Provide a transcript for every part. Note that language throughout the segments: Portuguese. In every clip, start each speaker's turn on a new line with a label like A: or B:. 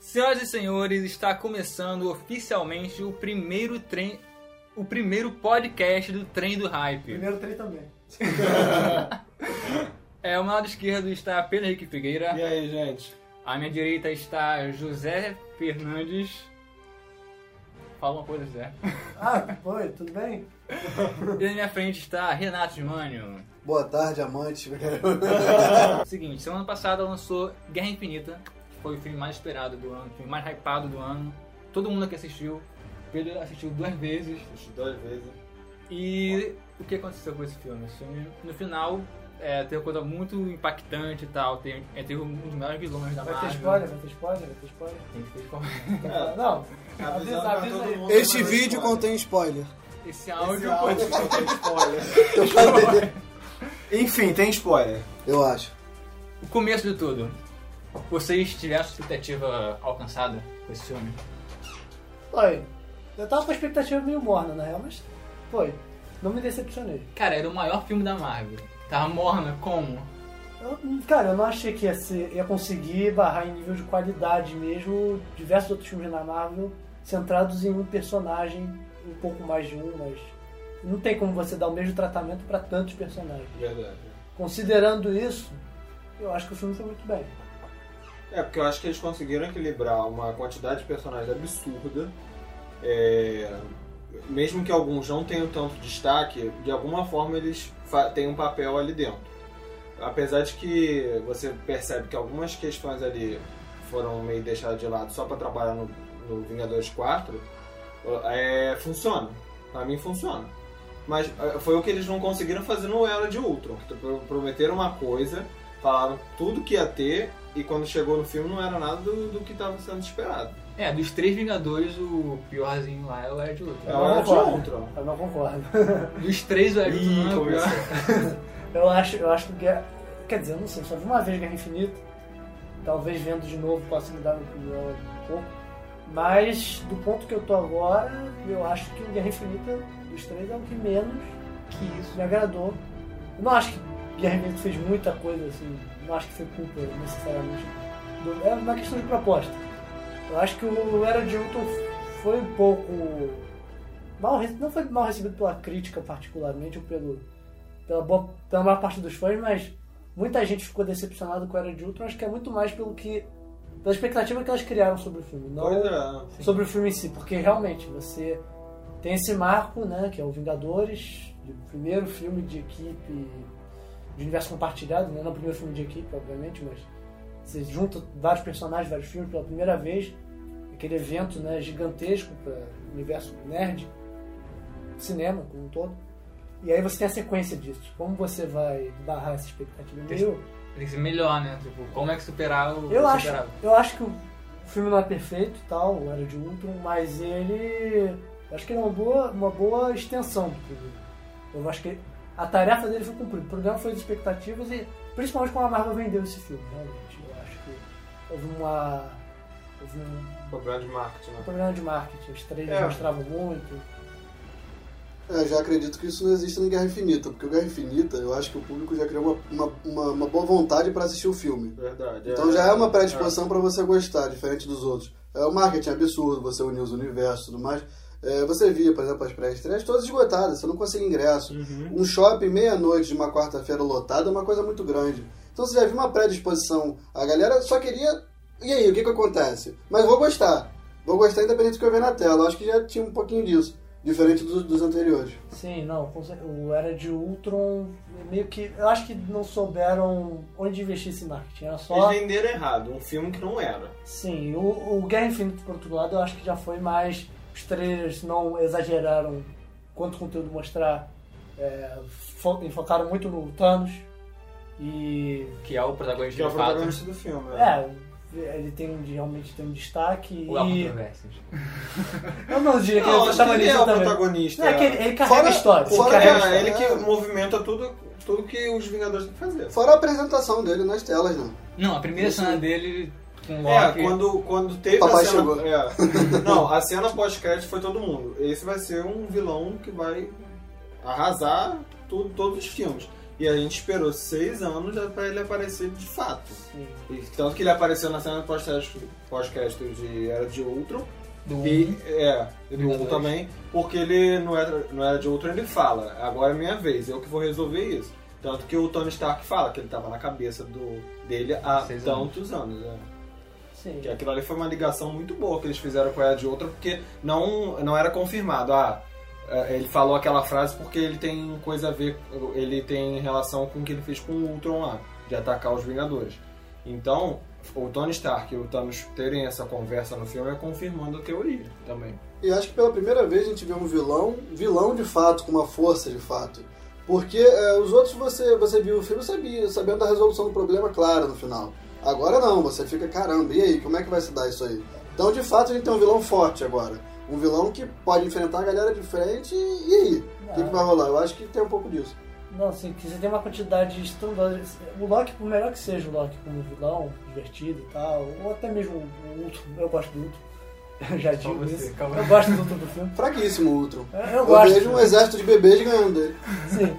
A: Senhoras e senhores, está começando oficialmente o primeiro trem, o primeiro podcast do Trem do Hype.
B: Primeiro trem também.
A: É, ao meu lado esquerdo está Pedro Henrique Figueira,
C: E aí, gente?
A: à minha direita está José Fernandes. Fala uma coisa, José.
B: Ah, oi, tudo bem?
A: E à minha frente está Renato Gimânio.
D: Boa tarde, amante.
A: Seguinte, semana passada lançou Guerra Infinita, que foi o filme mais esperado do ano, o filme mais hypado do ano. Todo mundo que assistiu, Pedro assistiu duas vezes.
C: Assisti duas vezes.
A: E o que aconteceu com esse filme? Esse filme, no final, é, teve uma coisa muito impactante e tal. Teve, é, teve um dos maiores vilões da
B: Vai
A: Marvel.
B: ter spoiler, vai ter spoiler, vai ter spoiler.
A: Tem que ter spoiler.
C: É,
B: Não,
C: avisando
B: avisa,
C: pra é
B: avisa
C: todo
B: aí.
C: mundo.
D: Este
C: mas
D: vídeo
C: spoiler.
D: contém spoiler.
A: Esse
C: Esse
A: áudio pode...
C: áudio contém spoiler. Enfim, tem spoiler.
D: Eu acho.
A: O começo de tudo. Vocês tiveram a expectativa alcançada com esse filme?
B: Foi. Eu tava com a expectativa meio morna, na real, mas foi. Não me decepcionei.
A: Cara, era o maior filme da Marvel. Tava morna como?
B: Eu- cara, eu não achei que ia, ser- ia conseguir barrar em nível de qualidade mesmo diversos outros filmes da Marvel centrados em um personagem, um pouco mais de um, mas não tem como você dar o mesmo tratamento pra tantos personagens.
C: Verdade.
B: Considerando isso, eu acho que o filme foi muito bem.
C: É, porque eu acho que eles conseguiram equilibrar uma quantidade de personagens absurda. É, Mesmo que alguns não tenham tanto destaque, de alguma forma eles fa- têm um papel ali dentro. Apesar de que você percebe que algumas questões ali foram meio deixadas de lado só para trabalhar no, no Vingadores 4, é, funciona. Pra mim funciona. Mas é, foi o que eles não conseguiram fazer no Era de Ultron. Que pro- prometeram uma coisa, falaram tudo que ia ter, e quando chegou no filme não era nada do, do que estava sendo esperado.
A: É, dos três Vingadores, o piorzinho lá é o Ed
C: É
A: Ultron.
B: Não,
C: o Era de
B: concordo.
C: Ultron.
B: Eu não concordo.
A: Dos três, o Ed Ultron é o
C: né?
A: pior.
B: Eu acho, eu acho que Guerra. Quer dizer, eu não sei, eu só vi uma vez Guerra Infinita. Talvez vendo de novo possa me dar uma opinião um pouco. Mas do ponto que eu tô agora, eu acho que o Guerra Infinita dos três é o que menos
A: Que isso?
B: me agradou. Eu não acho que Guerra Infinita fez muita coisa assim, não acho que foi culpa necessariamente. do- é uma questão de proposta. Eu acho que o Era de Ultron foi um pouco mal rece- não foi mal recebido pela crítica particularmente ou pelo pela, boa, pela maior parte dos fãs, mas muita gente ficou decepcionada com o Era de Ultron, acho que é muito mais pelo que pela expectativa que elas criaram sobre o filme, não
C: Pois é.
B: sobre o filme em si, porque realmente você tem esse marco, né, que é o Vingadores, o primeiro filme de equipe de universo compartilhado, né, não o primeiro filme de equipe, obviamente, mas você junta vários personagens, vários filmes pela primeira vez, aquele evento, né, gigantesco para o universo nerd, cinema como um todo. E aí você tem a sequência disso. Como você vai barrar essa expectativa? Eu,
A: Tem que ser melhor, né? Tipo, como é que superar o
B: eu
A: o
B: acho,
A: superável?
B: eu acho que o filme não é perfeito, tal, o Era de Ultron, mas ele, eu acho que ele é uma boa, uma boa extensão do filme. Eu acho que a tarefa dele foi cumprida. O problema foi as expectativas e principalmente como a Marvel vendeu esse filme, realmente. Eu acho que houve uma houve um
C: Problema de marketing, né?
B: problema de marketing. Os trailers
C: É.
B: mostravam muito.
D: Eu É, já acredito que isso existe no Guerra Infinita, porque o Guerra Infinita, eu acho que o público já criou uma, uma, uma- uma boa vontade pra assistir o filme.
C: Verdade.
D: Então já é uma predisposição pra você gostar, diferente dos outros. É um marketing absurdo, você unir os universos e tudo mais. É, você via, por exemplo, as pré-estreias todas esgotadas, você não consegue ingresso.
C: Uhum.
D: Um shopping meia-noite de uma quarta-feira lotada é uma coisa muito grande. Então você já viu uma predisposição. A galera só queria. E aí, o que, que acontece? Mas vou gostar. Vou gostar independente do que eu ver na tela. Acho que já tinha um pouquinho disso. Diferente dos, dos anteriores.
B: Sim, não, com cer- o Era de Ultron meio que eu acho que não souberam onde investir esse marketing. Era só
C: Eles venderam errado, um filme que não era.
B: Sim, o, o Guerra Infinita, por outro lado, eu acho que já foi mais. Os trailers não exageraram quanto conteúdo mostrar. É, fo- enfocaram muito no Thanos. E.
A: Que é o protagonista
C: Que é o
A: de fato.
C: protagonista do filme. né?
B: É, ele tem um- realmente tem um destaque.
A: Ou é há
B: e.
A: controvérsias.
B: Eu não diria que
C: Não,
B: ele é
C: acho que ele é
B: protagonista
C: o
B: também.
C: protagonista.
B: Não, é que ele, ele carrega
D: Fora-
B: a história. ele
D: fora-
C: É,
B: carrega a
C: ele
B: história.
C: que movimenta tudo, tudo que os Vingadores têm que fazer.
D: Fora a apresentação dele nas telas, né?
A: Não, a primeira
D: Isso.
A: cena dele com o Loki.
C: É, quando, quando teve
D: Papai
C: a cena.
D: chegou.
C: é. Não, a cena pós-crédito foi todo mundo. Esse vai ser um vilão que vai arrasar tudo, todos os filmes. E a gente esperou seis anos pra ele aparecer de fato.
B: Sim.
C: E tanto que ele apareceu na cena do podcast, podcast de Era de Outro.
A: Do um.
C: E, é, e do
A: Vingadores.
C: um também, porque ele não era, não era de outro, ele fala, agora é minha vez, eu que vou resolver isso. Tanto que o Tony Stark fala que ele tava na cabeça do, dele há
A: Seis anos.
C: tantos anos. né?
B: Sim.
C: Que aquilo ali foi uma ligação muito boa que eles fizeram com a Era de Outra, porque não, não era confirmado. Ah, é, ele falou aquela frase porque ele tem coisa a ver, ele tem relação com o que ele fez com o Ultron lá, de atacar os Vingadores. Então, o Tony Stark e o Thanos terem essa conversa no filme é confirmando a teoria também.
D: E acho que pela primeira vez a gente vê um vilão, vilão de fato, com uma força de fato. Porque é, os outros você, você viu o filme sabia, sabendo da resolução do problema clara no final. Agora não, você fica, caramba, e aí, como é que vai se dar isso aí? Então de fato a gente tem um vilão forte agora. Um vilão que pode enfrentar a galera de frente e, e aí? O que, que
B: Não.
D: vai rolar? Eu acho que tem um pouco disso.
B: Não, assim, que você tem uma quantidade estrondosa. O Loki, por melhor que seja o Loki como vilão, divertido e tal, ou até mesmo o Ultron, eu gosto do Ultron. Eu já
A: Só
B: digo
A: você,
B: isso.
A: calma.
B: Eu gosto do Ultron do filme.
D: Fraquíssimo o Ultron.
B: Eu, eu
D: Eu
B: gosto.
D: vejo um exército de bebês ganhando dele.
B: Sim.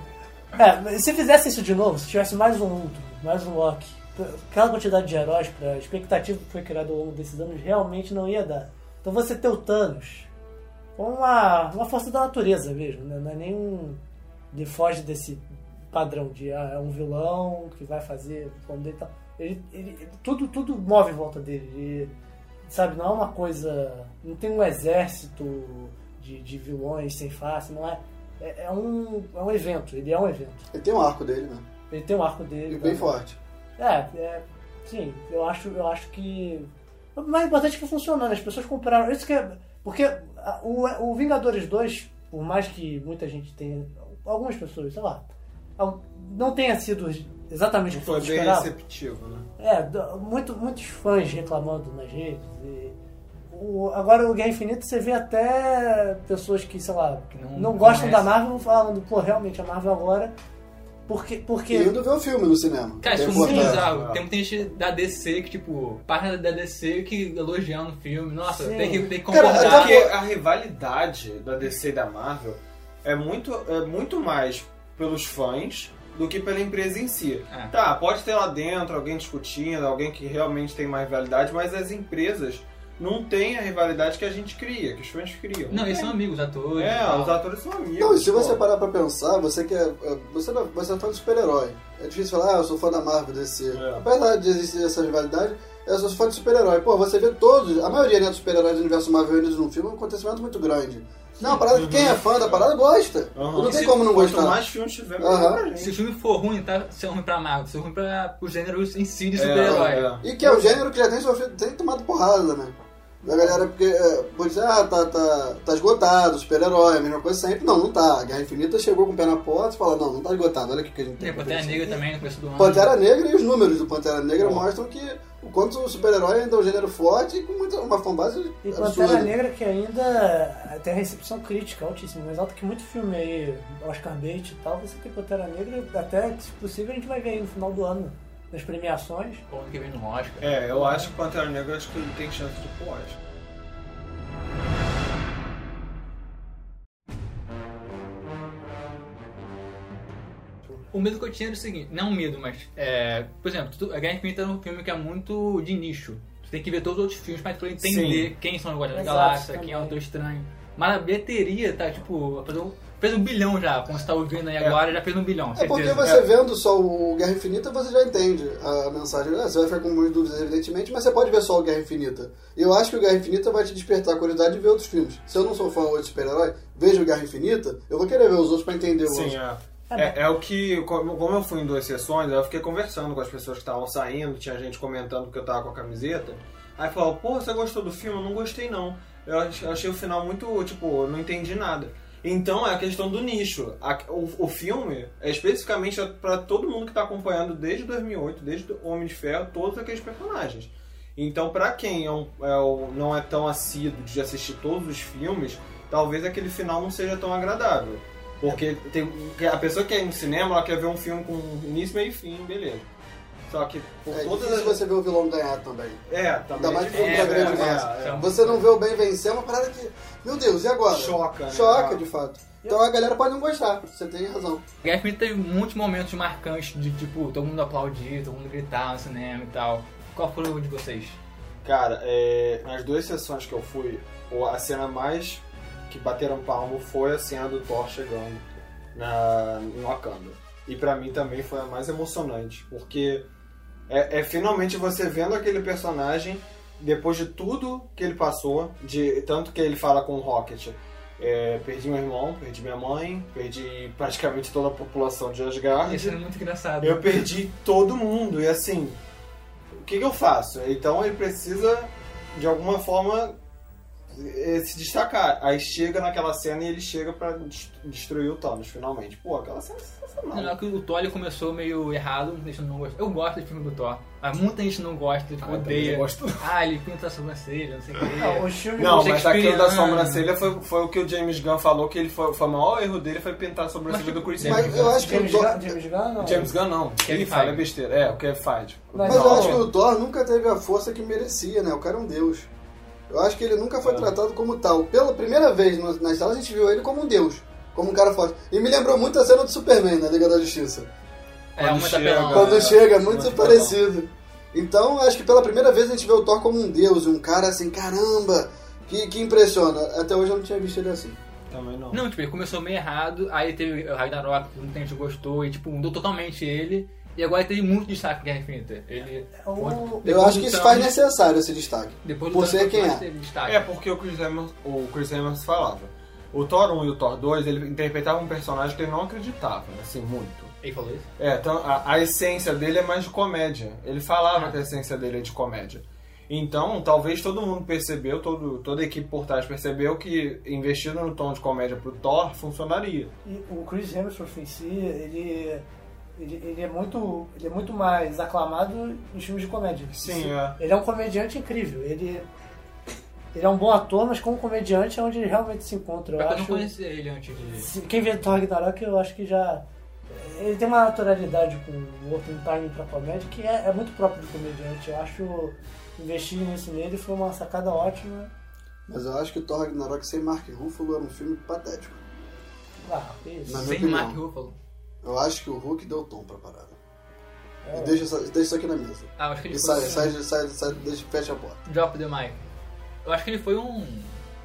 B: É, mas se fizesse isso de novo, se tivesse mais um Ultron, mais um Loki, aquela quantidade de heróis pra a expectativa que foi criada ao longo desses anos realmente não ia dar. Então você ter o Thanos como uma, uma força da natureza mesmo, né? não é nenhum. Ele foge desse padrão de ah, é um vilão que vai fazer o plano dele e tal. Ele, ele- ele- tudo, tudo move em volta dele. Ele, sabe, não é uma coisa. Não tem um exército de, de vilões sem face, não é. É, é um, é um evento, ele é um evento.
D: Ele tem um arco dele, né?
B: Ele tem um arco dele.
D: E bem
B: tá?
D: forte.
B: É, é, sim, eu acho, eu acho que. O mais importante é que funcionando, as pessoas compraram. Isso que é. Porque a- o, o Vingadores 2, por mais que muita gente tenha. Algumas pessoas, sei lá. al- Não tenha sido exatamente o que
C: Foi
B: se
C: bem
B: esperava.
C: receptivo, né?
B: É, do- muito, muitos fãs reclamando nas redes. E o, agora o Guerra Infinita você vê até pessoas que, sei lá,
A: Que
B: não,
A: não
B: gostam da
A: conhecem.
B: Marvel falando, pô, realmente a Marvel agora. Porque. porque
D: E indo ver o filme no cinema.
A: Cara, isso
D: Tem um
A: foi muito
D: importância.
A: bizarro. Tem muita gente da DC que, tipo, página da DC que elogiando o filme. Nossa,
B: Sim.
A: tem que, tem que
D: Cara,
A: concordar.
D: até
C: Porque a rivalidade da DC e da Marvel é muito, é muito mais pelos fãs do que pela empresa em si.
A: É.
C: Tá, pode ter lá dentro alguém discutindo, alguém que realmente tem mais rivalidade, mas as empresas não têm a rivalidade que a gente cria, que os fãs criam.
A: Não, eles
C: é.
A: são amigos, atores. e
C: É,
A: tal.
C: os atores são amigos.
D: Não, e se
C: pô.
D: você parar pra pensar, você que é. é, Você, não- você é fã de super-herói. É difícil falar, ah, eu sou fã da Marvel desse.
C: É.
D: Apesar de existir essa rivalidade, eu sou fã de super-herói. Pô, você vê todos, a maioria né, dos super-heróis do universo Marvel unidos num filme é um acontecimento muito grande. Não, a parada que quem é fã da parada gosta.
C: Aham.
D: Não
C: E
D: tem
C: se-
D: como não
C: quanto
D: gostar.
C: mais filmes tiver,
D: Aham.
C: melhor pra gente.
A: Se o filme for ruim, tá? Se é ruim pra Marvel, se é ruim pra os gêneros em si de
C: É,
A: super-herói.
C: é.
D: E que é o gênero que já tem sofrido, tem tomado porrada também. Da galera, porque é, pode dizer, ah, tá, tá, tá esgotado, super-herói, a mesma coisa sempre. Não, não tá. Guerra Infinita chegou com o pé na porta e fala, não, não tá esgotado, olha o que que a gente
A: Tem
D: tem. pra
A: Pantera
D: oferecer.
A: Negra também no começo do ano.
D: Pantera Negra e os números do Pantera Negra
C: Ó.
D: mostram que o quanto o super-herói ainda é um gênero forte e com muita, uma fanbase
B: E Pantera
D: absurda.
B: Negra que ainda tem a recepção crítica altíssima, mais alta que muito filme aí, Oscar Bait e tal, você tem Pantera Negra, até se possível a gente vai ver aí no final do ano, nas premiações.
A: Ou ano que vem no Oscar.
C: É, eu acho que Pantera Negra acho que ele tem chance de pôr.
A: O medo que eu tinha era o seguinte, não um medo, mas é, por exemplo, tu- a Guerra Infinita é um filme que é muito de nicho. Tu tem que ver todos os outros filmes pra tu entender quem são os Guardiões da
B: Exato,
A: Galáxia,
B: também.
A: quem é o Doutor Estranho. Mas a bilheteria tá tipo, fez um, fez um bilhão já, como você tá ouvindo aí
C: É.
A: agora, já fez um bilhão,
D: É porque
A: certeza.
D: você vendo só o Guerra Infinita, você já entende a mensagem. Ah, Você vai ficar com muitas dúvidas, evidentemente, mas você pode ver só o Guerra Infinita. E Eu acho que o Guerra Infinita vai te despertar a curiosidade de ver outros filmes. Se eu não sou fã hoje de super-herói, vejo o Guerra Infinita, eu vou querer ver os outros pra entender o
C: Sim,
D: outro.
C: é.
B: Tá
C: É, é o que, como como eu fui em duas sessões, eu fiquei conversando com as pessoas que estavam saindo, tinha gente comentando que eu tava com a camiseta. Aí falou, pô, você gostou do filme? Eu não gostei não. Eu ach- eu achei o final muito, tipo, eu não entendi nada. Então é a questão do nicho. A- o, o filme é especificamente pra todo mundo que tá acompanhando desde 2008, desde o Homem de Ferro, todos aqueles personagens. Então, pra quem é um- é um- não é tão assíduo de assistir todos os filmes, talvez aquele final não seja tão agradável. Porque tem, a pessoa que quer ir no cinema, ela quer ver um filme com início, meio e fim, beleza. Só que por
D: É
C: todas
D: difícil
C: as.
D: você ver o vilão ganhar também.
C: É, tá
D: Ainda
C: meio
D: mais
C: difícil,
D: filme da grande
C: é,
D: massa.
C: é,
D: Você não vê o bem vencer, é uma parada que. Meu Deus, e
C: é.
D: agora?
C: Choca, né?
D: Choca,
C: Ah,
D: de fato. Então a galera pode não gostar, você tem razão.
A: Guerra Infinita teve muitos momentos marcantes de tipo, todo mundo aplaudir, todo mundo gritar no cinema e tal. Qual foi o de vocês?
C: Cara, é, nas duas sessões que eu fui, o- a cena mais que bateram palmo foi a cena do Thor chegando na, em Wakanda. E pra mim também foi a mais emocionante, porque é, é finalmente você vendo aquele personagem depois de tudo que ele passou, de tanto que ele fala com o Rocket. é, perdi meu irmão, perdi minha mãe, perdi praticamente toda a população de Asgard.
A: Isso era muito engraçado.
C: Eu perdi todo mundo e assim, o que, que eu faço? Então ele precisa de alguma forma eh, se destacar. Aí chega naquela cena e ele chega pra des- destruir o Thanos finalmente. Pô, aquela cena é
A: Não,
C: sensacional.
A: não, que o Thor ele começou meio errado, muita gente não gosta. Eu gosto do filme do Thor, mas muita gente não gosta, tipo,
E: Ah, eu também não
A: odeia.
E: gosto.
A: Ah, ele pinta a sobrancelha, não sei o É, que.
B: Não, os filmes
C: Não,
A: Shakespeare,
C: mas aquilo da
A: né?
C: sobrancelha foi, foi o que o James Gunn falou que ele foi, foi o maior erro dele foi pintar a sobrancelha do Chris
A: James
C: Evans.
D: Mas eu acho que o
B: James
D: Thor,
B: Gunn, James Gunn, não.
C: James Gunn não.
A: Kevin
C: ele fala
A: Feige.
C: besteira. É, o Kevin Feige.
B: Mas
D: mas eu
B: Não.
D: acho que o Thor nunca teve a força que merecia, né? O cara é um deus. Eu acho que ele nunca foi
C: É.
D: tratado como tal. Pela primeira vez no- nas salas a gente viu ele como um deus, como um cara forte. E me lembrou muito a cena do Superman na Liga da Justiça.
A: É,
C: Quando
A: aumenta a
C: chega,
A: pelão.
D: Quando
C: É,
D: chega, é
C: muito
D: muito
C: bom.
D: parecido. Então, acho que pela primeira vez a gente vê o Thor como um deus, um cara assim, caramba, que, que impressiona. Até hoje eu não tinha visto ele assim.
C: Também não.
A: Não, tipo, ele começou meio errado, aí teve o Ragnarok, que muita gente gostou, e tipo, mudou totalmente ele. E agora ele teve muito destaque em Guerra Infinita. Ele,
B: O-
D: É, Eu
A: Depois
D: acho
A: do
D: que isso
A: Thanos-
D: faz necessário esse destaque.
A: Depois do
D: Por ser
A: Thanos,
D: quem
A: mais
D: é.
A: teve destaque.
C: É porque o Chris Hemsworth, o Chris Hemsworth falava. O Thor 1 e o Thor 2, ele interpretava um personagem que ele não acreditava, assim, muito.
A: Ele falou isso?
C: É, então a, a essência dele é mais de comédia. Ele falava
A: Ah.
C: que a essência dele é de comédia. Então, talvez todo mundo percebeu, todo, toda a equipe por trás percebeu que investindo no tom de comédia pro Thor funcionaria.
B: E o Chris Hemsworth em si, ele, ele, ele é muito, ele é muito mais aclamado em filmes de comédia.
C: Sim, é.
B: Ele é um comediante incrível. Ele, ele é um bom ator, mas como comediante é onde ele realmente se encontra. Eu
A: Mas eu não
B: acho.
A: conhecia ele antes de.
B: Se- Quem vê Thor Ragnarok, eu acho que já. Ele tem uma naturalidade com o outro um timing pra comédia que é, é muito próprio do comediante. Eu acho investir nisso nele foi uma sacada ótima.
D: Mas eu acho que o Thor Ragnarok sem Mark Ruffalo era um filme patético.
B: Ah, que isso.
D: Na minha
A: Sem Mark
D: opinião.
A: Ruffalo.
D: Eu acho que o Hulk deu tom pra parada.
B: É.
D: E deixa, essa- deixa isso aqui na mesa.
A: Ah, eu acho que ele
D: E
A: foi. um
D: sai, sai, sai, sai, deixa, fecha a porta.
A: Drop the mic. Eu acho que ele foi um.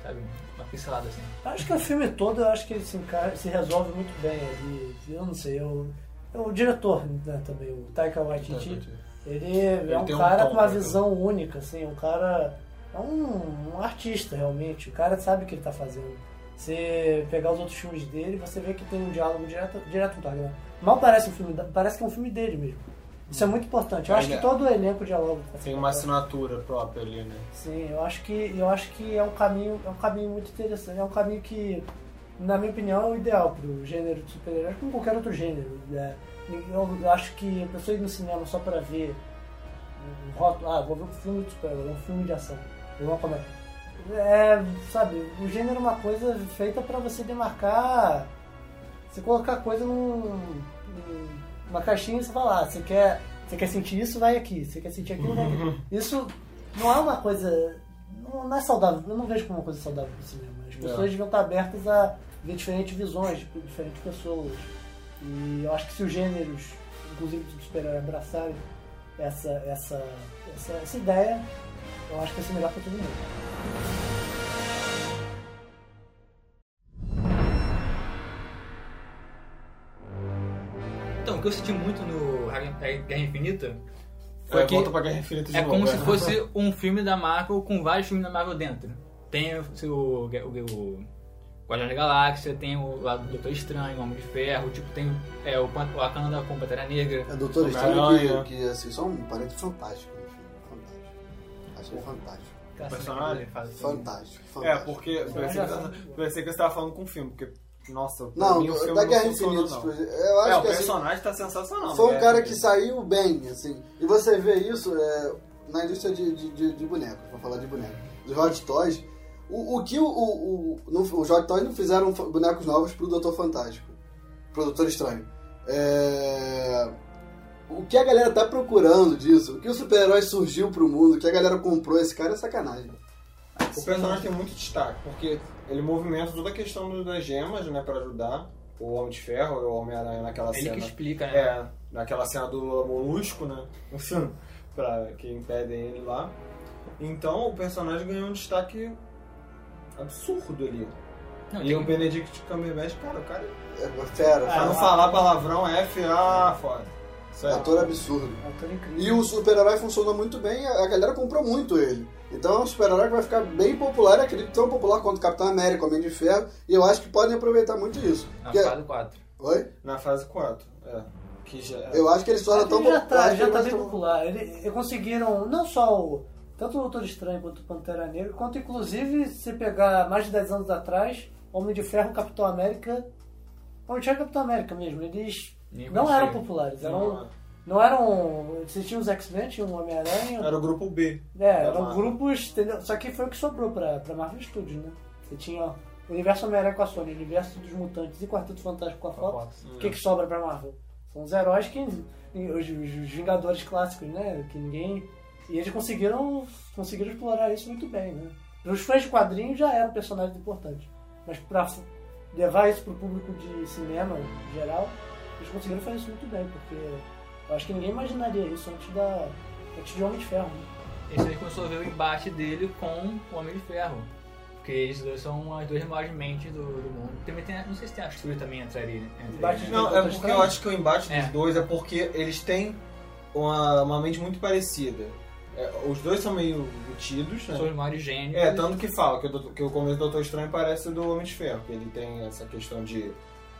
A: Sabe, uma pincelada assim.
B: Acho que o filme todo, eu acho que ele se, enca- se resolve muito bem ali. Eu não sei, eu, eu- o diretor né, também, o Taika Waititi, ele é um
C: tem um
B: cara
C: tom,
B: com uma
C: né,
B: visão única, assim, um cara... É um, um artista, realmente. O cara sabe o que ele tá fazendo. Você pegar os outros filmes dele, você vê que tem um diálogo direto, direto com o Taika. Mal parece um filme, da- parece que é um filme dele mesmo. Isso é muito importante. Eu acho que
C: Ainda-
B: todo o elenco dialoga. com essa
C: Tem uma
B: parada.
C: assinatura própria ali, né?
B: Sim, eu acho que eu acho que é um caminho, é um caminho muito interessante, é um caminho que na minha opinião é o ideal para o gênero de super-heróis, como qualquer outro gênero. né? Eu acho que a pessoa ir no cinema só para ver um rótulo, ah, vou ver um filme de super-herói, um filme de ação, ou uma comédia. É, sabe, o gênero é uma coisa feita para você demarcar, você colocar coisa num, num- numa caixinha e você falar, ah, você quer, você quer sentir isso, vai aqui, você quer sentir aquilo, vai aqui. Isso não é uma coisa. Não, não é saudável. Eu não vejo como uma coisa saudável pro cinema. As pessoas
C: Não.
B: deviam estar abertas a ver diferentes visões, de diferentes pessoas. E eu acho que se os gêneros, inclusive do super-herói, abraçarem essa, essa, essa, essa ideia, eu acho que vai ser melhor pra todo mundo.
A: Então, o que eu senti muito no Ragn- Guerra Infinita
C: Foi
A: foi
C: é,
A: que
C: volta pra Guerra Infinita de
A: é
C: novo,
A: como
C: né?
A: se fosse um filme da Marvel com vários filmes da Marvel dentro. Tem o, o, o, o Guardião da Galáxia, tem o lado do Doutor Estranho, o Homem de Ferro, tipo, tem é, o Pan- o Akana com Pantera Negra.
D: É Doutor Estranho
C: Homem-Aranha.
D: que, que, assim, só um parênteses fantástico no filme. Fantástico. Achei fantástico.
C: Personagem?
D: Fantástico, fantástico.
C: É, porque parecia que,
B: já-
C: você- parecia que você tava falando com o filme, porque, nossa, pra
D: Não,
C: mim o filme
D: da Guerra
C: não funcionou,
D: Infinita,
C: não.
D: tipo, eu acho
C: É, o
D: que assim,
C: personagem tá sensacional.
D: foi
C: né?
D: um cara que saiu bem, assim. E você vê isso é, na indústria de, de, de, de boneco, pra falar de boneco. Dos Hot Toys. O, o que o, o, o- não- os Hot Toys não fizeram fa- bonecos novos pro Doutor Fantástico. Pro Doutor Estranho. É, O que a galera tá procurando disso? O que o super-herói surgiu pro mundo? O que a galera comprou esse cara é sacanagem.
C: O personagem tem muito destaque, porque ele movimenta toda a questão do- das gemas, né, pra ajudar o Homem de Ferro e o Homem-Aranha naquela
A: Ele
C: cena.
A: que explica, né?
C: É, naquela cena do Molusco, né? pra, que impedem ele lá. Então o personagem ganhou um destaque absurdo ali.
A: Não,
C: E o
A: tem, um
C: Benedict Cumberbatch, cara, o cara.
D: É, fera,
C: pra não
D: fera.
C: falar palavrão é FA, foda. Isso aí.
D: Ator absurdo.
B: Ator Ah, incrível.
D: E o super-herói funciona muito bem, a a galera comprou muito ele. Então é um super-herói que vai ficar bem popular, acredito tão popular quanto Capitão América, Homem de Ferro, e eu acho que podem aproveitar muito isso.
A: na
C: Ah,
D: Que é-
A: fase 4.
D: Oi?
C: Na fase 4. É. Que já.
D: Eu acho que ele se torna tão
B: Ele já
D: eu acho
B: tá,
D: que
B: já
D: ele
B: tá
D: vai
B: bem
D: se tornar-
B: popular. Ele, e conseguiram não só o, tanto o Doutor Estranho quanto o Pantera Negra, quanto inclusive se pegar mais de 10 anos atrás, Homem de Ferro, Capitão América. Homem de Ferro e Capitão América mesmo. Eles
A: Nem
B: não
A: consigo.
B: eram populares. Eram,
A: um-
C: Não,
B: não eram. Vocês tinham os X-Men, tinha o Homem-Aranha.
C: Era o grupo B.
B: É,
C: da
B: eram
C: Marvel.
B: grupos. Entendeu? Só que foi o que sobrou pra, pra Marvel Studios, né? Você tinha o Universo Homem-Aranha com a Sony, o Universo dos Mutantes e Quarteto Fantástico com a Fox. né? O que, que sobra pra Marvel? São os heróis que. Os, os Vingadores clássicos, né? Que ninguém. E eles conseguiram, conseguiram explorar isso muito bem, né? Os fãs de quadrinhos já eram personagens importantes. Mas pra f- levar isso pro público de cinema em geral, eles conseguiram fazer isso muito bem, porque eu acho que ninguém imaginaria isso antes da. antes de Homem de Ferro. Né?
A: Esse aí começou a ver o embate dele com o Homem de Ferro. Porque eles dois são as duas maiores mentes do, do mundo. Também tem, a- não sei se tem a Shuri também entraria. entraria
B: Embate
A: né?
B: de-
C: Não, é porque eu acho que o embate
A: É.
C: dos dois é porque eles têm uma, uma mente muito parecida. É, os dois são meio metidos, né?
A: São os maiores gênios.
C: É, tanto que fala que o, Doutor- que o começo do Doutor Estranho parece do Homem de Ferro, que ele tem essa questão de,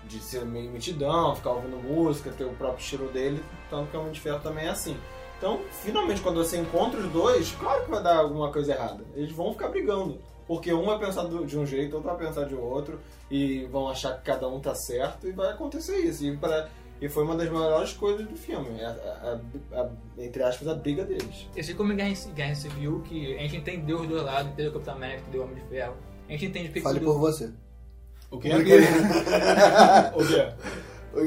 C: de ser meio metidão, ficar ouvindo música, ter o próprio estilo dele, tanto que o Homem de Ferro também é assim. Então, finalmente, quando você encontra os dois, claro que vai dar alguma coisa errada. Eles vão ficar brigando. Porque um vai pensar do- de um jeito, outro vai pensar de outro, e vão achar que cada um tá certo, e vai acontecer isso. E, pra- e foi uma das maiores coisas do filme, é, a- a- a- a- é, entre aspas, a briga deles.
A: Esse como em Guerra, em Guerra Civil, que a gente entendeu os dois lados, entendeu o Capitão América, entendeu o Homem de Ferro. A gente entende porque
D: Fale
A: que
D: por
A: o,
D: você.
C: O
D: quê?
C: O quê?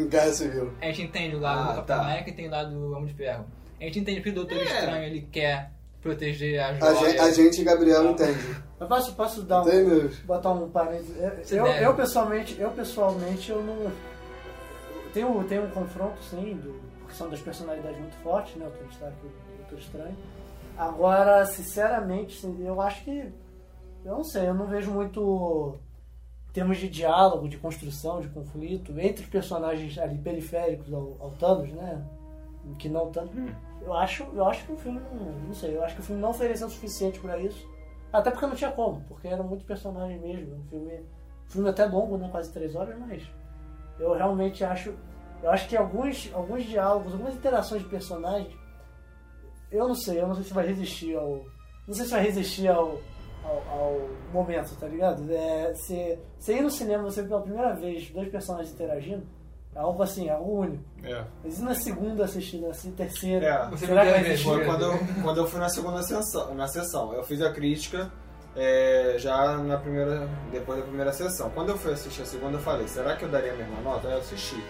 D: O Guerra Civil.
A: a gente entende o lado
C: Ah,
A: do Capitão
C: tá.
A: América e tem o lado do Homem de Ferro. A gente entende porque o Doutor
C: É.
A: Estranho ele quer proteger a
D: A
A: joia.
D: gente, a gente e Gabriel entende.
B: Mas posso, posso dar um.
D: Tem, meus?
B: botar um parênteses. Eu-
A: Você
B: Eu,
A: deve.
B: eu pessoalmente, eu pessoalmente, eu não. Tem um, tem um confronto, sim, do, porque são duas personalidades muito fortes, né? O Tony Stark e o Doutor Estranho. Agora, sinceramente, sim, eu acho que. Eu não sei, eu não vejo muito. Em termos de diálogo, de construção, de conflito, entre os personagens ali periféricos ao, ao Thanos, né? Que não tanto.
A: Hum.
B: Eu acho, eu acho que o filme. não- Não sei, eu acho que o filme não ofereceu o suficiente pra isso. Até porque não tinha como, porque era muito personagem mesmo. Um filme, filme até longo, né? Quase três horas, mas eu realmente acho. Eu acho que alguns, alguns diálogos, algumas interações de personagens, eu não sei, eu não sei se vai resistir ao. Não sei se vai resistir ao, ao, ao momento, tá ligado? É, se, se ir no cinema você vê pela primeira vez dois personagens interagindo, é algo assim, é algo único.
C: É.
B: Mas e na segunda assistindo, assim, terceira?
C: É.
A: Você não
B: será que vai
A: quer ver,
B: resistir?
C: Foi quando eu, quando eu fui na segunda sessão, na sessão. Eu fiz a crítica é, já na primeira, depois da primeira sessão. Quando eu fui assistir a segunda, eu falei, será que eu daria a mesma nota? Aí eu assisti.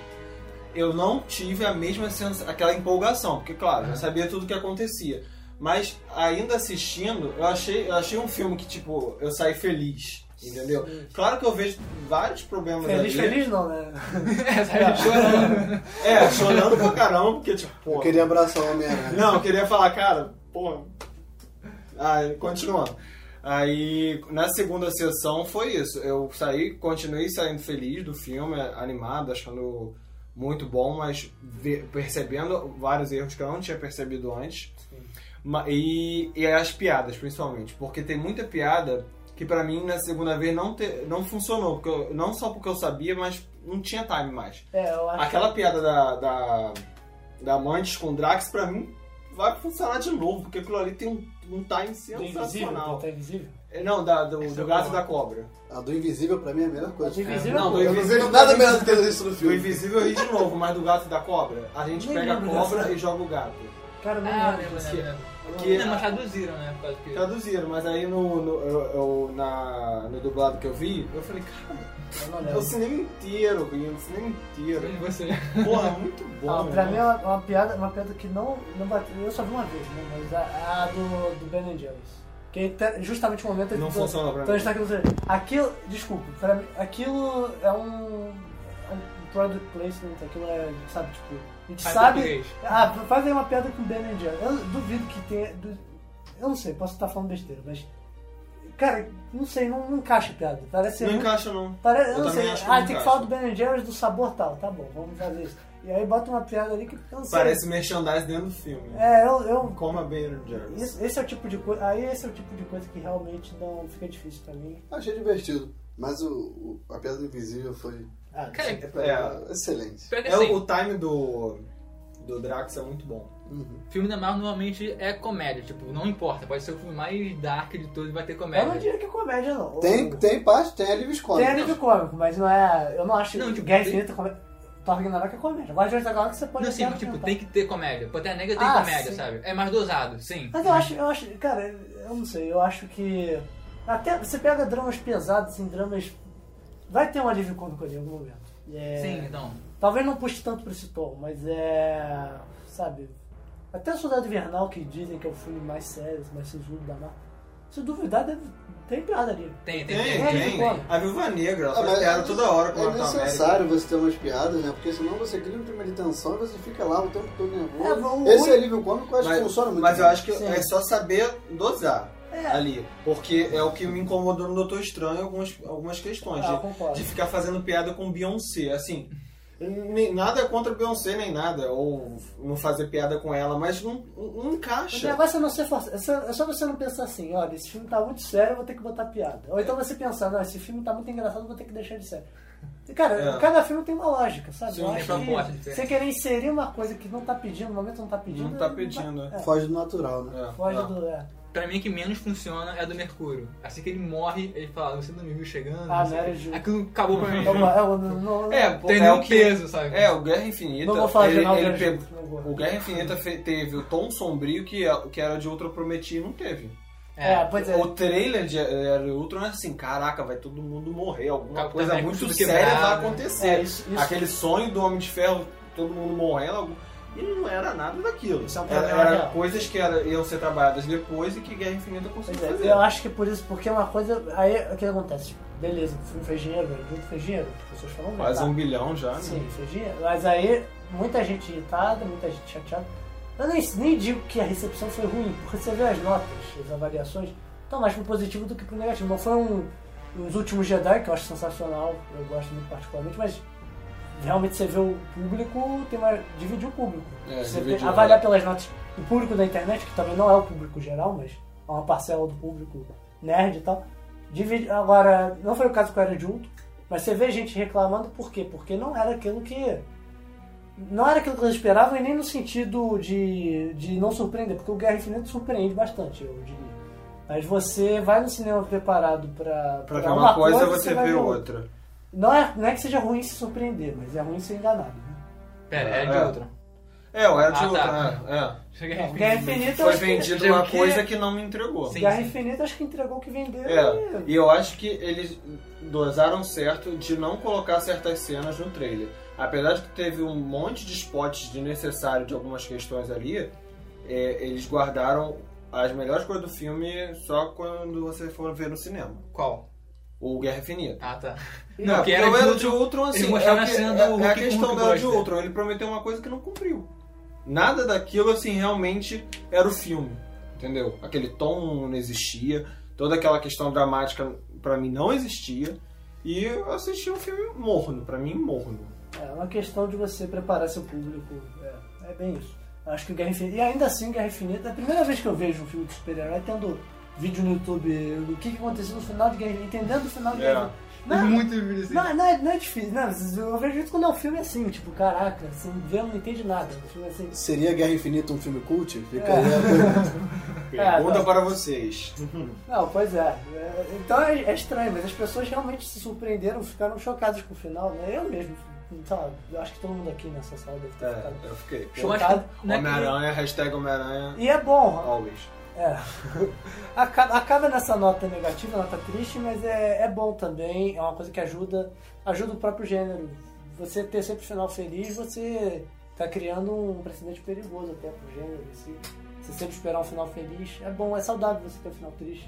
C: Eu não tive a mesma sensação, aquela empolgação, porque claro, eu sabia tudo o que acontecia. Mas ainda assistindo, eu achei, eu achei um filme que, tipo, eu saí feliz, entendeu? Claro que eu vejo vários problemas
B: Feliz,
C: ali.
B: feliz não, né?
A: É, sabe, chorando.
C: É, chorando pra caramba, porque, tipo,
D: Eu
C: pô,
D: queria abraçar o Homem-Aranha.
C: Não, eu queria falar, cara, pô. Aí, continuando. Aí, na segunda sessão foi isso. Eu saí, continuei saindo feliz do filme, animado, achando muito bom, mas ve- percebendo vários erros que eu não tinha percebido antes. Ma- E, e as piadas, principalmente. Porque tem muita piada que pra mim, na segunda vez, não, te- não funcionou. Porque eu- não só porque eu sabia, mas não tinha time mais.
B: É, eu acho.
C: Aquela piada da, da, da Mantis com o Drax, pra mim, vai funcionar de novo, porque aquilo ali tem um, um time
B: Do invisível,
C: sensacional.
B: tá invisível.
C: É, Não, da, do,
A: Essa
C: do
A: é
C: gato e
A: boa.
C: da cobra.
D: A do Invisível pra mim é a melhor
B: Mas
D: coisa.
B: Tá invisível
C: Não,
B: não,
C: do
D: Eu não vejo
C: invisível-
D: nada melhor do que isso no
C: Do
D: filme.
C: invisível eu ri de novo, mas do gato e da cobra, a gente
B: Nem
C: pega a
B: lembro
C: cobra
B: dessa.
C: e joga o gato.
B: Cara, não
A: Ah,
B: lembro. é.
A: lembro,
C: que-
A: lembro.
C: que-
A: Não, mas traduziram, né? Por causa que...
C: Traduziram, mas aí no, no, eu- eu- na, no dublado que eu vi, eu falei, cara,
B: Eu não
C: é o
B: lembro.
C: cinema inteiro rindo, o cinema inteiro.
A: Você.
C: Porra, é muito bom.
B: Ah, pra
C: né?
B: mim é uma, uma piada, uma piada que não, não bateu. Eu só vi uma vez, né? Mas a, a do, do Ben Jerry's. Que aí tá- justamente o momento...
C: Não
B: do-
C: funciona pra
B: Então a
C: mim.
B: gente tá aqui no trailer. Aquilo, desculpa, pra mim, aquilo é um, é um product placement, aquilo é, sabe, tipo, a gente
A: Faz
B: sabe...
A: português.
B: Ah, faz aí uma piada com Ben and Jerry. Eu duvido que tenha. du- Eu não sei, posso estar falando besteira, mas. Cara, não sei, não, não encaixa a piada. Parece ser
C: Não
B: muito-
C: encaixa, não.
B: Parece,
C: Eu
B: eu não
C: também
B: sei.
C: acho
B: ah,
C: que não
B: tem que
C: encaixa.
B: falar do Ben Jerry's do sabor tal. Tá bom, vamos fazer isso. E aí bota uma piada ali que eu não sei.
C: Parece merchandise dentro do filme.
B: É, eu. eu
C: Como a Ben Jerry's.
B: isso- esse é o tipo de coisa. Aí esse é o tipo de coisa que realmente não fica difícil pra mim.
D: Achei divertido. Mas o, o- a Piada do Invisível foi
B: Ah,
A: Cara,
B: sim.
C: É,
D: excelente.
A: Pior que
C: é o,
A: assim,
C: o time do, do Drax é muito bom.
D: Uhum.
A: filme da Marvel normalmente é comédia, tipo, não importa, pode ser o filme mais dark de todos e vai ter
B: eu não
A: comédia.
B: diria que é comédia, não.
D: Tem, tem parte, tem alívios
B: Tem
D: cômicos.
B: alívio cômico, mas não é. Eu não acho
A: Não,
B: não,
A: tipo,
B: Guerra
A: tem-
B: Infinita comédia. Thor Ragnarok é comédia. Guardiões da Galáxia pode
A: Não, assim,
B: até
A: mas, tipo,
B: tentar.
A: tem que ter comédia. Pantera Negra tem
B: Ah,
A: comédia,
B: sim. Ah,
A: sabe? É mais dosado, sim.
B: Mas eu acho, eu acho, cara, eu não sei, eu acho que. Até você pega dramas pesados, assim, dramas. Vai ter um alívio cômico ali em algum momento. É,
A: Sim, então.
B: Talvez não puxe tanto pra esse tom, mas é. Sabe? Até o Soldado Invernal, que dizem que é o filme mais sério, mais sisudo da Marvel. Se duvidar, deve, tem piada ali.
A: Tem, tem,
C: Tem,
A: tem.
B: É,
C: tem.
B: tipo-
C: A Viúva Negra, ela
D: Ah,
C: faz
D: mas
C: piada toda hora tá com o
D: É
C: Capitão América.
D: necessário você ter umas piadas, né? Porque senão você cria um clima de tensão e você fica lá o tempo todo
B: É,
D: nervoso.
B: o-
D: Esse alívio cômico eu acho
C: Mas-
D: que funciona muito
C: Mas eu
D: bem.
C: acho que
B: Sim.
C: é só saber dosar
B: É.
C: ali. Porque é o que me incomodou no Doutor Estranho em algumas, algumas questões.
B: Ah, eu
C: de-
B: concordo.
C: de ficar fazendo piada com Beyoncé, assim. nem- Nada contra Beyoncé, nem nada. Ou não fazer piada com ela, mas não, não
B: O
C: encaixa.
B: negócio é não ser forçado. É só- é só você não pensar assim, olha, esse filme tá muito sério, eu vou ter que botar piada. Ou então você pensar, não, esse filme tá muito engraçado, eu vou ter que deixar ele sério. E, Cara,
C: É.
B: cada filme tem uma lógica, sabe?
C: Sim,
B: eu
C: tem
B: acho
A: proposta
B: que
A: diferente.
B: você querer inserir uma coisa que não tá pedindo, no momento não tá pedindo.
C: Não tá pedindo,
B: é.
D: Foge do natural, né?
C: É,
B: Foge
C: é.
B: do. É.
A: Pra mim, o que menos funciona é a do Mercúrio. Assim que ele morre, ele fala, você não me viu chegando.
B: Ah,
A: não sei o
B: não era
A: quê.
B: justo.
A: Aquilo acabou pra mim.
B: É uma- é uma- não,
C: É,
B: não,
C: pô,
A: Tem
C: é
A: nenhum
C: o que-
A: peso, sabe?
C: É, o Guerra Infinita.
B: não vou falar
C: ele,
B: de nada.
C: ele pegou-
B: não vou.
C: O Guerra Infinita fe- teve o tom sombrio que, é- que era de Ultra Prometido e não teve.
B: É, pois é.
C: O trailer de era Ultron é assim, caraca, vai todo mundo morrer, alguma
A: Capitão
C: coisa
A: América
C: muito
A: tudo
C: séria vai
A: quebrado. né?"
C: acontecer.
B: É, isso, isso-
C: Aquele sonho do Homem de Ferro, todo mundo morrendo, algum- e não era nada daquilo.
B: Isso é um
C: era,
B: problema
C: era
B: real.
C: coisas que era, iam ser trabalhadas depois e que Guerra Infinita conseguiu
B: Pois é,
C: fazer.
B: eu acho que por isso, porque é uma coisa. Aí o que acontece? Tipo, Beleza, o filme fez dinheiro, o filme fez dinheiro, as pessoas falam bem,
C: Quase
B: tá.
C: um bilhão já, né?
B: Sim, fez dinheiro. Mas aí, muita gente irritada, muita gente chateada. Eu nem, nem digo que a recepção foi ruim, porque você vê as notas, as avaliações, estão mais pro positivo do que pro negativo. Não foi um. Os últimos Jedi, que eu acho sensacional, eu gosto muito particularmente, mas realmente você vê o público, tem uma, dividir o público.
C: É,
B: você
C: dividiu,
B: tem- avaliar
C: né?
B: pelas notas do público da internet, que também não é o público geral, mas é uma parcela do público nerd e tal. Divide, agora, não foi o caso que eu era junto, mas você vê gente reclamando por quê? Porque não era aquilo que. Não era aquilo que eles esperavam e nem no sentido de, de não surpreender, porque o Guerra Infinita surpreende bastante, eu diria. Mas você vai no cinema preparado pra.
C: Pra
B: pra
C: ver uma coisa, você
B: vai
C: vê outra.
B: Não é, não é que seja ruim se surpreender, mas é ruim ser enganado. Né?
A: Pera, é de
C: É.
A: outra.
C: É, eu era de
A: Ah,
C: outra.
A: tá.
C: é, é.
A: Cheguei
B: Não, Guerra Infinita eu
C: Foi
B: acho que-
C: vendido
A: Mas o
C: uma
A: que-
C: coisa que não me entregou.
A: Sim.
B: Guerra Infinita acho que entregou o que vendeu.
C: É,
B: e-
C: e eu acho que eles dosaram certo de não colocar certas cenas no trailer. Apesar de que teve um monte de spots desnecessário de algumas questões ali, é, eles guardaram as melhores coisas do filme só quando você for ver no cinema.
A: Qual?
C: O Guerra Infinita.
A: Ah, tá.
B: e-
A: Não,
C: É,
A: que
C: porque
A: era
C: o
A: de
C: Era
A: Ultron-
C: Ultron, assim,
A: eles
C: é,
A: mostraram
C: o que-
A: a cena do
C: é- é a
A: Hulk com
C: questão
A: Hulk né?
C: do Era de
A: Buster.
C: Ultron. Ele prometeu uma coisa que não cumpriu. Nada daquilo, assim, realmente era o filme. Entendeu? Aquele tom não existia. Toda aquela questão dramática, pra mim, não existia. E eu assisti um filme morno. Pra mim, morno.
B: É uma questão de você preparar seu público. É, é bem isso. Acho que o Guerra Infinita. E ainda assim, Guerra Infinita. É a primeira vez que eu vejo um filme de super-herói tendo vídeo no YouTube do que que aconteceu no final de Guerra Infinita, entendendo o final de
C: É.
B: Guerra Infinita. Não,
A: Muito envelhecido.
B: não, não, é, não é difícil. Não, eu vejo isso quando é um filme assim, tipo, caraca, você vê, não entende nada. Um filme assim.
D: Seria Guerra Infinita um filme cult? Fica
B: É.
D: aí a pergunta.
C: Pergunta
B: não.
C: para vocês.
B: Não, pois é. É, Então é, é estranho, mas as pessoas realmente se surpreenderam, ficaram chocadas com o final, né? Eu mesmo, sei lá, eu acho que todo mundo aqui nessa sala deve ter ficado.
C: É, eu fiquei.
A: Eu acho
B: tá.
A: que não é que-
C: Homem-Aranha, hashtag Homem-Aranha,
B: né, E é bom,
C: always.
B: É. Acaba, acaba nessa nota negativa, nota triste, mas é, é bom também, é uma coisa que ajuda, ajuda o próprio gênero. Você ter sempre o final feliz, você tá criando um precedente perigoso até pro gênero em si. Você sempre esperar um final feliz. É bom, é saudável você ter um final triste.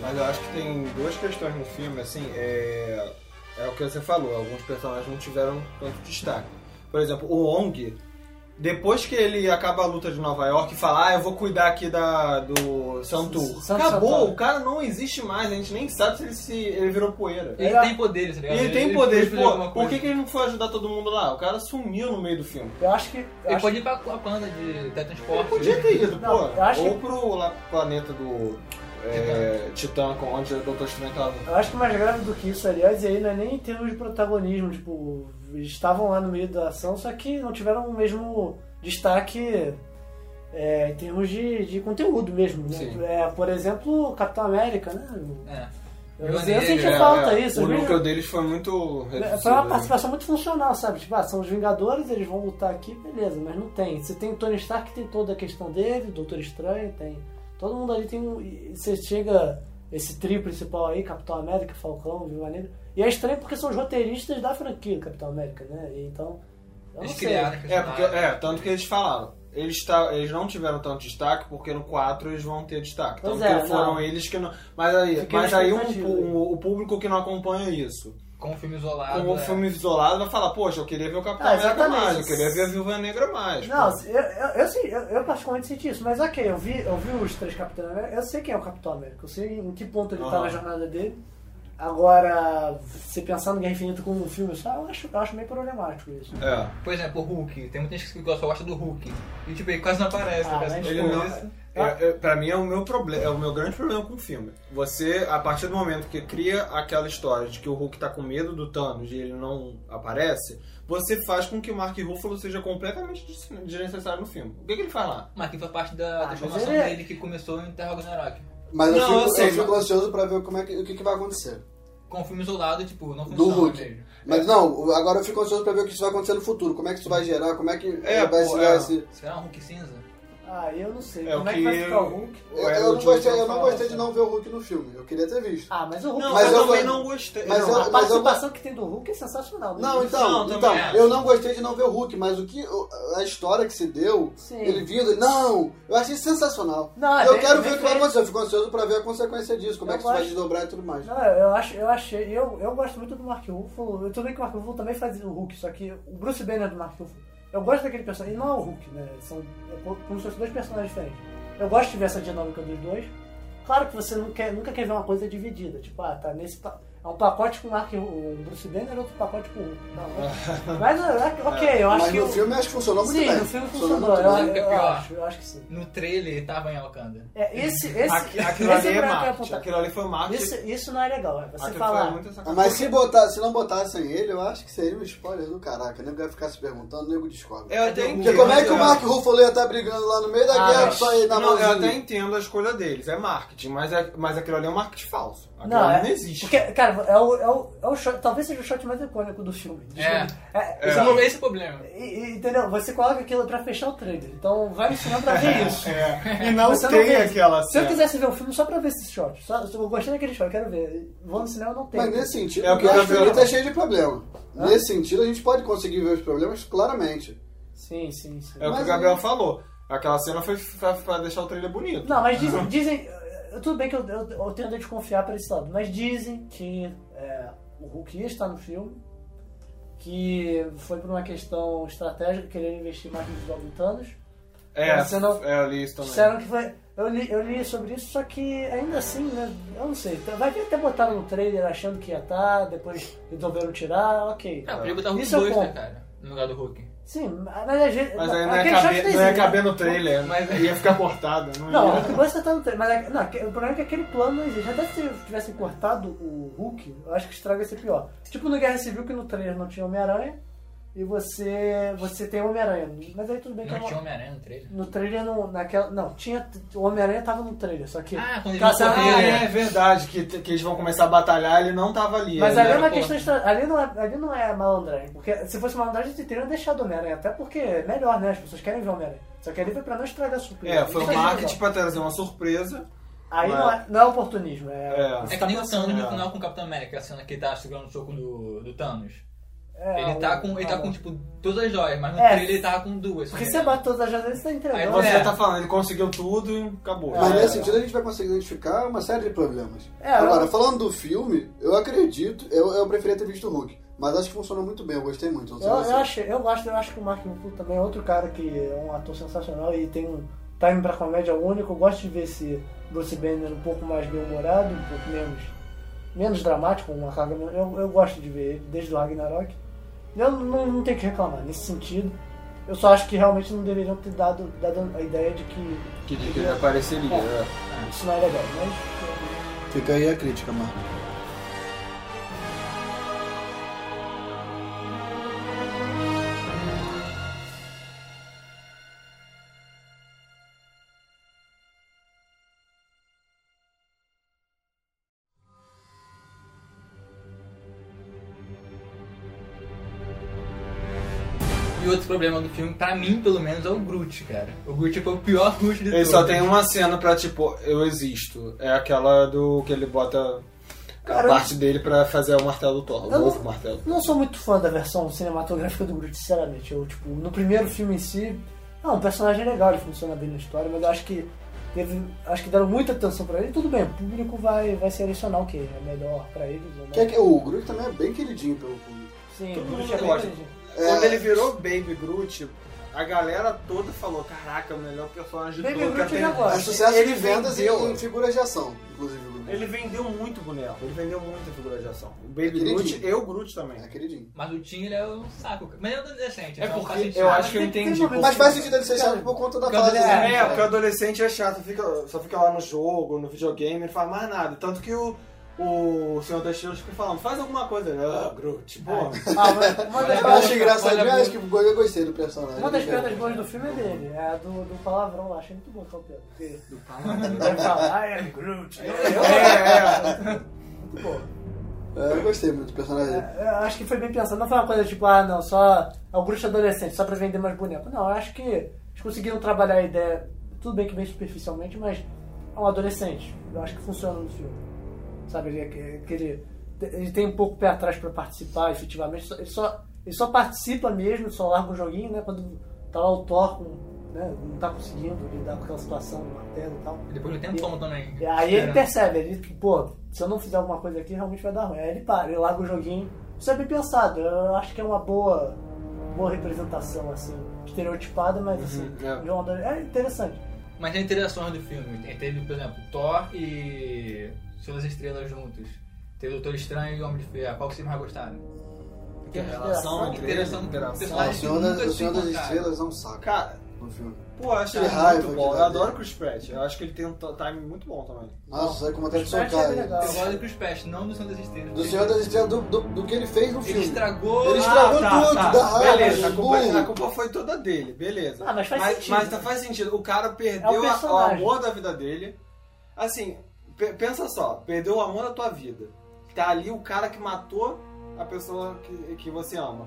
C: Mas eu acho que tem duas questões no filme, assim, é, é o que você falou, alguns personagens não tiveram tanto destaque. Por exemplo, o Ong, depois que ele acaba a luta de Nova York e fala, ah, eu vou cuidar aqui da, do Santur.
B: Santo
C: Acabou,
B: Santur.
C: o cara não existe mais, a gente nem sabe se ele se ele virou poeira.
A: Ele
B: Era-
A: tem poderes, tá
C: E
A: ligado?
C: ele tem poder,
A: pode fazer
C: pô,
A: alguma
C: por
A: coisa.
C: que, que ele não foi ajudar todo mundo lá? O cara sumiu no meio do filme.
B: Eu acho que. eu
A: Ele
B: acho
A: pode ir pra a banda de teletransporte.
C: Podia ter ido,
B: Não,
C: pô.
B: eu acho
C: Ou pro lá, pro planeta do é, Titã, com- onde o Doutor Estranho tava.
B: Eu acho que mais grave do que isso, aliás, e aí não é nem em termos de protagonismo, tipo, eles estavam lá no meio da ação, só que não tiveram o mesmo destaque é, em termos de, de conteúdo mesmo. né?
C: Sim.
B: É, por exemplo, Capitão América, né?
A: É.
B: Eu,
A: Viúva
B: eu senti
A: Negra,
B: falta isso.
C: É, O
B: eu vejo-
C: núcleo deles foi muito
B: é,
C: reduzido.
B: Foi uma
C: né?
B: participação muito funcional, sabe? Tipo, ah, são os Vingadores, eles vão lutar aqui, beleza, mas não tem. Você tem o Tony Stark, tem toda a questão dele, o Doutor Estranho, tem. Todo mundo ali tem um. e Você chega, esse trio principal aí, Capitão América, Falcão, Viva Negra. E é estranho porque são os roteiristas da franquia Capitão América, né? E então. Eu não
A: Eles
B: sei.
A: criaram
C: É,
A: personagem.
C: porque, é, tanto que eles falaram. Eles, tá, eles não tiveram tanto destaque, porque no 4 eles vão ter destaque.
B: Pois
C: Tanto
B: é,
C: que foram
B: não.
C: eles que não. Mas aí,
B: Fiquei
C: mas
B: na
C: aí um-
B: expectativa.
C: um- o público que não acompanha isso.
A: Com o filme isolado.
C: é. Com o
A: é.
C: filme isolado vai falar, poxa, eu queria ver o Capitão
B: Ah,
C: América
B: exatamente.
C: mais, eu queria ver a Viúva Negra mais.
B: Não,
C: pô.
B: eu, eu, eu, sei- eu- eu particularmente senti isso, mas ok, eu vi, eu vi os três Capitão América, eu sei quem é o Capitão América, eu sei em que ponto ele tá
C: Aham.
B: na jornada dele. Agora, se pensar no Guerra Infinita como um filme só, eu acho, eu acho meio problemático isso.
C: É.
A: Por exemplo, o Hulk. Tem muita gente que gosta- só gosta do Hulk. E tipo, ele quase não aparece.
B: Ah,
A: né?
B: mas
C: Ele
B: Pô,
C: não,
B: isso-
C: é, é, pra mim é o meu problema, é o meu grande problema com o filme. Você, a partir do momento que cria aquela história de que o Hulk tá com medo do Thanos e ele não aparece, você faz com que o Mark Ruffalo seja completamente des- desnecessário no filme. O que, que ele faz lá?
A: Mas que foi parte da
B: Ah, mas
A: transformação
B: ele é-
A: dele que começou em Terra Ragnarok.
D: Mas
C: Não,
D: eu fico,
C: eu sei,
D: eu fico
C: mas-
D: ansioso pra ver como é que, o que, que vai acontecer.
A: Com o filme isolado, tipo, não
D: Do
A: funciona
D: Hulk.
A: mesmo.
D: Mas não, agora eu fico ansioso pra ver o que isso vai acontecer no futuro. Como é que isso vai gerar, como é que
C: É,
D: vai
C: pô,
D: se...
C: é.
D: vai se-
A: Será um Hulk cinza?
B: Ah, eu não sei.
C: É,
B: Como
C: o
B: é que vai
C: que
B: ficar o Hulk?
D: Eu,
C: É,
D: eu
C: o
D: não
C: Johnson
D: gostei, eu não
C: fala,
D: gostei de
C: sabe?
D: não ver o Hulk no filme. Eu queria ter visto.
B: Ah, mas o Hulk.
C: Não,
D: Mas
C: eu,
D: eu
C: também
D: go-
C: não gostei.
D: mas
C: não,
B: a
D: eu- mas eu-
B: participação que tem do Hulk é sensacional. né?
D: Não, então,
C: Não,
D: então,
C: também acho.
D: eu não gostei de não ver o Hulk, mas o que a história que se deu,
B: Sim.
D: ele vindo, ele- não, eu achei sensacional.
B: Não, é
D: eu
B: bem-
D: quero
B: bem
D: ver o que vai
B: feito.
D: acontecer, eu fico ansioso pra ver a consequência disso, como
B: Eu
D: é que isso vai
B: gosto.
D: desdobrar e tudo mais.
B: Não, eu acho, eu achei, eu, eu gosto muito do Mark Ruffalo. Eu tô bem que o Mark Ruffalo também faz o Hulk, só que o Bruce Banner é do Mark Ruffalo. Eu gosto daquele personagem, e não é o Hulk, né? São é co- como se fossem dois personagens diferentes. Eu gosto de ver essa dinâmica dos dois. Claro que você não quer, nunca quer ver uma coisa dividida, tipo, ah, tá nesse pa- é um pacote com o Mark o Bruce Banner, outro pacote com o Hulk. Tá, mas é, ok, eu acho
D: Mas
B: que
D: no
B: o-
D: filme eu acho que funcionou muito
B: sim,
D: bem.
B: no filme funcionou.
D: muito
B: Eu,
D: bem.
A: Sabe o que é
B: eu
A: pior?
B: acho, eu acho que sim.
A: No trailer ele tava em Wakanda.
B: É, esse, esse,
C: Aqui-
B: esse
C: aquilo, ali é
B: pra- pra
C: marketing,
B: apontar.
C: aquilo ali foi marketing.
B: Isso, isso não é legal, é você
C: aquilo
B: falar.
C: foi muito sacanagem.
D: Mas se, botar, se não botassem ele, eu acho que seria um spoiler do caraca. O nego vai ficar se perguntando, o nego descobre.
C: Eu até
D: Porque
C: entendo,
D: como é que o
C: é.
D: Mark Ruffalo ia estar brigando lá no meio da
B: Ah,
D: guerra,
B: mas-
D: só aí na
C: Não, eu
D: mãozinha?
C: até entendo a escolha deles, é marketing, mas, é, mas aquilo ali é um marketing falso. Aquilo
B: Não,
C: ali
B: é,
C: não existe.
B: Porque, cara, é o, é o, é o shot, talvez seja o shot mais icônico do filme.
A: É.
B: É,
A: Esse, é. o- esse é o problema.
B: e- e- entendeu? Você coloca aquilo pra fechar o trailer. Então vai no cinema pra ver isso.
C: É, E não
B: Você não
C: tem
B: vê.
C: aquela
B: Se eu
C: cena.
B: quisesse ver o filme só pra ver esse shot, só, eu gostei daquele shot, quero ver. Vou no cinema, não tem.
D: Mas nesse sentido,
C: É o
D: o
C: que eu
D: Guerra
C: quero
D: Infinita
C: ver.
D: é cheio de problema.
B: Hã?
D: Nesse sentido, a gente pode conseguir ver os problemas claramente.
B: Sim, sim, sim.
C: É o que o
D: Mas
C: Gabriel
D: aí-
C: falou. Aquela cena foi pra, pra deixar o trailer bonito.
B: um. Não, mas dizem. dizem eh, tudo bem que eu, eu, eu tendo a desconfiar pra esse lado, mas dizem que eh, o Hulk ia estar no filme, que foi por uma questão estratégica, querer investir mais nos Thanos.
C: é,
B: você não-
C: é, eu li isso também.
B: Disseram que foi. Eu li, eu li sobre isso, só que ainda assim, né? Eu não sei. Vai ter até botaram no trailer achando que ia estar, depois resolveram tirar, ok.
A: Ah, podia botar Hulk
B: Isso é
A: 2, né,
B: bom.
A: cara? No lugar do Hulk.
B: Sim, mas às vezes.
C: Mas aí não ia,
B: aquele shot
C: caber,
B: tem
C: não ia
B: sim, né?
C: caber no trailer, mas ia ficar cortado. Não,
B: Não,
C: ia.
B: o Buster tá no trailer. Mas é- não, o problema é que aquele plano não existe. Até se tivessem cortado o Hulk, eu acho que o estrago ia ser pior. Tipo no Guerra Civil, que no trailer não tinha Homem-Aranha, e você. você tem Homem-Aranha. Mas aí tudo bem que é
A: Não
B: uma-
A: tinha Homem-Aranha no trailer.
B: No trailer não. Naquela, não, tinha. O Homem-Aranha tava no trailer, só que.
A: Ah, quando ele
B: Caçava-
A: vai correr,
C: Ah,
A: né?
C: é verdade, que, que eles vão começar a batalhar, ele não tava ali.
B: Mas
C: ele
B: ali é
C: era-
B: uma
A: pô.
B: questão estra- ali não é, ali não é malandragem, porque se fosse malandragem eles teriam deixado o Homem-Aranha, até porque é melhor, né? As pessoas querem ver o Homem-Aranha. Só que ali foi pra não estragar a surpresa.
C: É, foi
B: Isso
C: um
B: achei
C: marketing
B: legal.
C: pra trazer uma surpresa.
B: Aí
C: Mas-
B: não é, não é oportunismo, é.
C: É.
A: É que nem o Thanos no
C: é.
A: final com o Capitão América, a cena que ele tá segurando o soco do, do Thanos.
B: é,
A: ele tá
B: o-
A: com, ele tá com tipo, todas as joias, mas no
B: É.
A: trailer ele tava com duas. né?
B: Porque
A: só
B: você
A: que-
B: bate todas as vezes, você tá
A: Aí
B: entregando.
C: Você
A: É.
C: tá falando, ele conseguiu tudo e acabou.
D: Mas
B: É.
D: nesse sentido a gente vai conseguir identificar uma série de problemas.
B: É,
D: Agora,
B: eu-
D: falando do filme, eu acredito, eu, eu preferia ter visto o Hulk, mas acho que funcionou muito bem, eu gostei muito. Não sei
B: Eu,
D: você.
B: eu, acho, eu gosto, eu acho que o Mark Ruffalo também é outro cara que é um ator sensacional e tem um time pra comédia único. Eu gosto de ver esse Bruce Banner um pouco mais bem-humorado, um pouco menos, menos dramático, uma carga men- eu, eu gosto de ver ele desde o Ragnarok. Eu não, não tenho que reclamar nesse sentido. Eu só acho que realmente não deveriam ter dado, dado a ideia de que
C: Que, que ele apareceria. é.
B: isso não é legal, mas.
D: Fica aí a crítica, Marco.
A: E outro problema do filme, pra mim pelo menos, é o Groot, cara. O Groot foi o pior Groot de
C: Ele
A: todos.
C: só tem um- uma cena pra tipo, eu existo. É aquela do que ele bota
B: Cara,
C: a parte dele pra fazer o martelo do Thor, o
B: eu
C: novo
B: não-
C: martelo.
B: Não sou muito fã da versão cinematográfica do Groot, sinceramente. Eu, tipo, no primeiro filme em si, não, o personagem é legal, ele funciona bem na história, mas eu acho que teve, acho que deram muita atenção pra ele. Tudo bem, o público vai, vai selecionar o que é melhor pra eles. Ou não.
D: Que é que- o Groot também é bem queridinho pelo público.
B: Sim,
C: Todo
B: o Groot
C: mundo
B: é bem
C: gosta.
B: inteligente.
C: Quando
D: É.
C: ele virou Baby Groot, a galera toda falou: Caraca, o melhor personagem
B: Baby
C: do
B: Groot eu já gosto.
D: É sucesso
C: ele
D: de vendas e
C: vendeu.
D: em figuras de ação, inclusive o Groot.
C: Ele vendeu muito boneco, ele vendeu muita figura de ação. O Baby
D: Queridinho.
C: Groot e o Groot também.
D: É queridinho.
A: Mas o Tim, ele é um saco, cara. Mas ele é adolescente.
C: É
A: então
C: porque
A: faz sentido.
C: eu acho que eu
B: Tem- tem
C: entendi.
B: momentos
D: Mas
B: que- Ah,
D: faz sentido ele ser
B: Cara,
D: chato um por conta da
A: quando
D: fase.
A: ele-
D: né?
C: É, porque o adolescente é chato, fica- só fica lá no jogo, no videogame, não faz mais nada. Tanto que o, o Senhor das Estrelas fica falando, faz alguma coisa. né? Ah, Groot, boa.
B: Ah, mas uma das
D: Eu
A: Olha,
D: acho
B: piadas-
D: engraçadinho,
A: olha,
D: eu acho que eu gostei do personagem.
B: uma das piadas
D: pernas
B: boas do filme é dele, é a do, do palavrão lá, achei muito bom aquela piada. Porque
C: Do
B: ele
C: palavrão.
B: vai falar, I am Groot. Eu, eu,
C: É, é.
B: muito bom.
D: É, eu gostei muito do personagem dele.
B: É, Eu acho que foi bem pensado. Não foi uma coisa tipo, ah, não, só. É o bruxo adolescente, só pra vender mais boneco. Não, eu acho que eles conseguiram trabalhar a ideia. Tudo bem que bem superficialmente, mas é um adolescente. Eu acho que funciona no filme. Sabe? Ele, é que- aquele, ele tem um pouco pé atrás pra participar, efetivamente. Só- Ele só, ele só participa mesmo, só larga o joguinho, né? Quando tá lá o Thor, com- né, não tá conseguindo lidar com aquela situação do martelo e tal.
A: Depois do tempão também.
B: E Aí ele
C: É.
A: Esperando.
B: percebe, ele, pô, se eu não fizer alguma coisa aqui, realmente vai dar ruim. Aí ele para, ele larga o joguinho. Isso é bem pensado, eu acho que é uma boa, boa representação, assim, estereotipada, mas assim,
C: é.
B: de um adole- é. interessante.
A: Mas tem interações do filme. Tem- Teve, por exemplo, Thor e Senhor das Estrelas juntos. Teve Doutor Estranho e Homem de Ferro. Qual que vocês mais gostaram?
C: Que relação entre eles,
A: Interação.
C: interação.
B: É,
D: Ah, o Senhor das,
A: nunca
D: o Senhor
A: se
D: das
A: encontraram.
D: Estrelas é um saco
C: Cara,
D: no filme.
C: pô, eu acho
D: Que
C: ele
D: raiva
C: muito
D: que
C: bom. Eu
D: dá dele.
C: adoro o Chris Pratt. Eu acho que ele tem um t- time muito bom também.
D: Nossa, sai com vontade de
B: Os pets é
D: socar.
B: bem
D: ele.
B: legal.
A: Eu gosto do Chris Pratt, não do Senhor das Estrelas.
D: Do Senhor das Estrelas, do, do, do que ele fez no
A: Ele
D: filme.
A: estragou...
D: Ele
B: Ah,
D: estragou
C: tá,
D: tudo,
C: tá.
D: da raiva,
C: Beleza, a
D: do
C: culpa,
D: burro.
C: a culpa foi toda dele, beleza.
B: Ah, mas faz sentido.
C: Mas tá- faz sentido. O cara
B: É o
C: perdeu a- o
B: personagem.
C: amor da vida dele. Assim, pe- pensa só, perdeu o amor da tua vida. Tá ali o cara que matou a pessoa que, que você ama.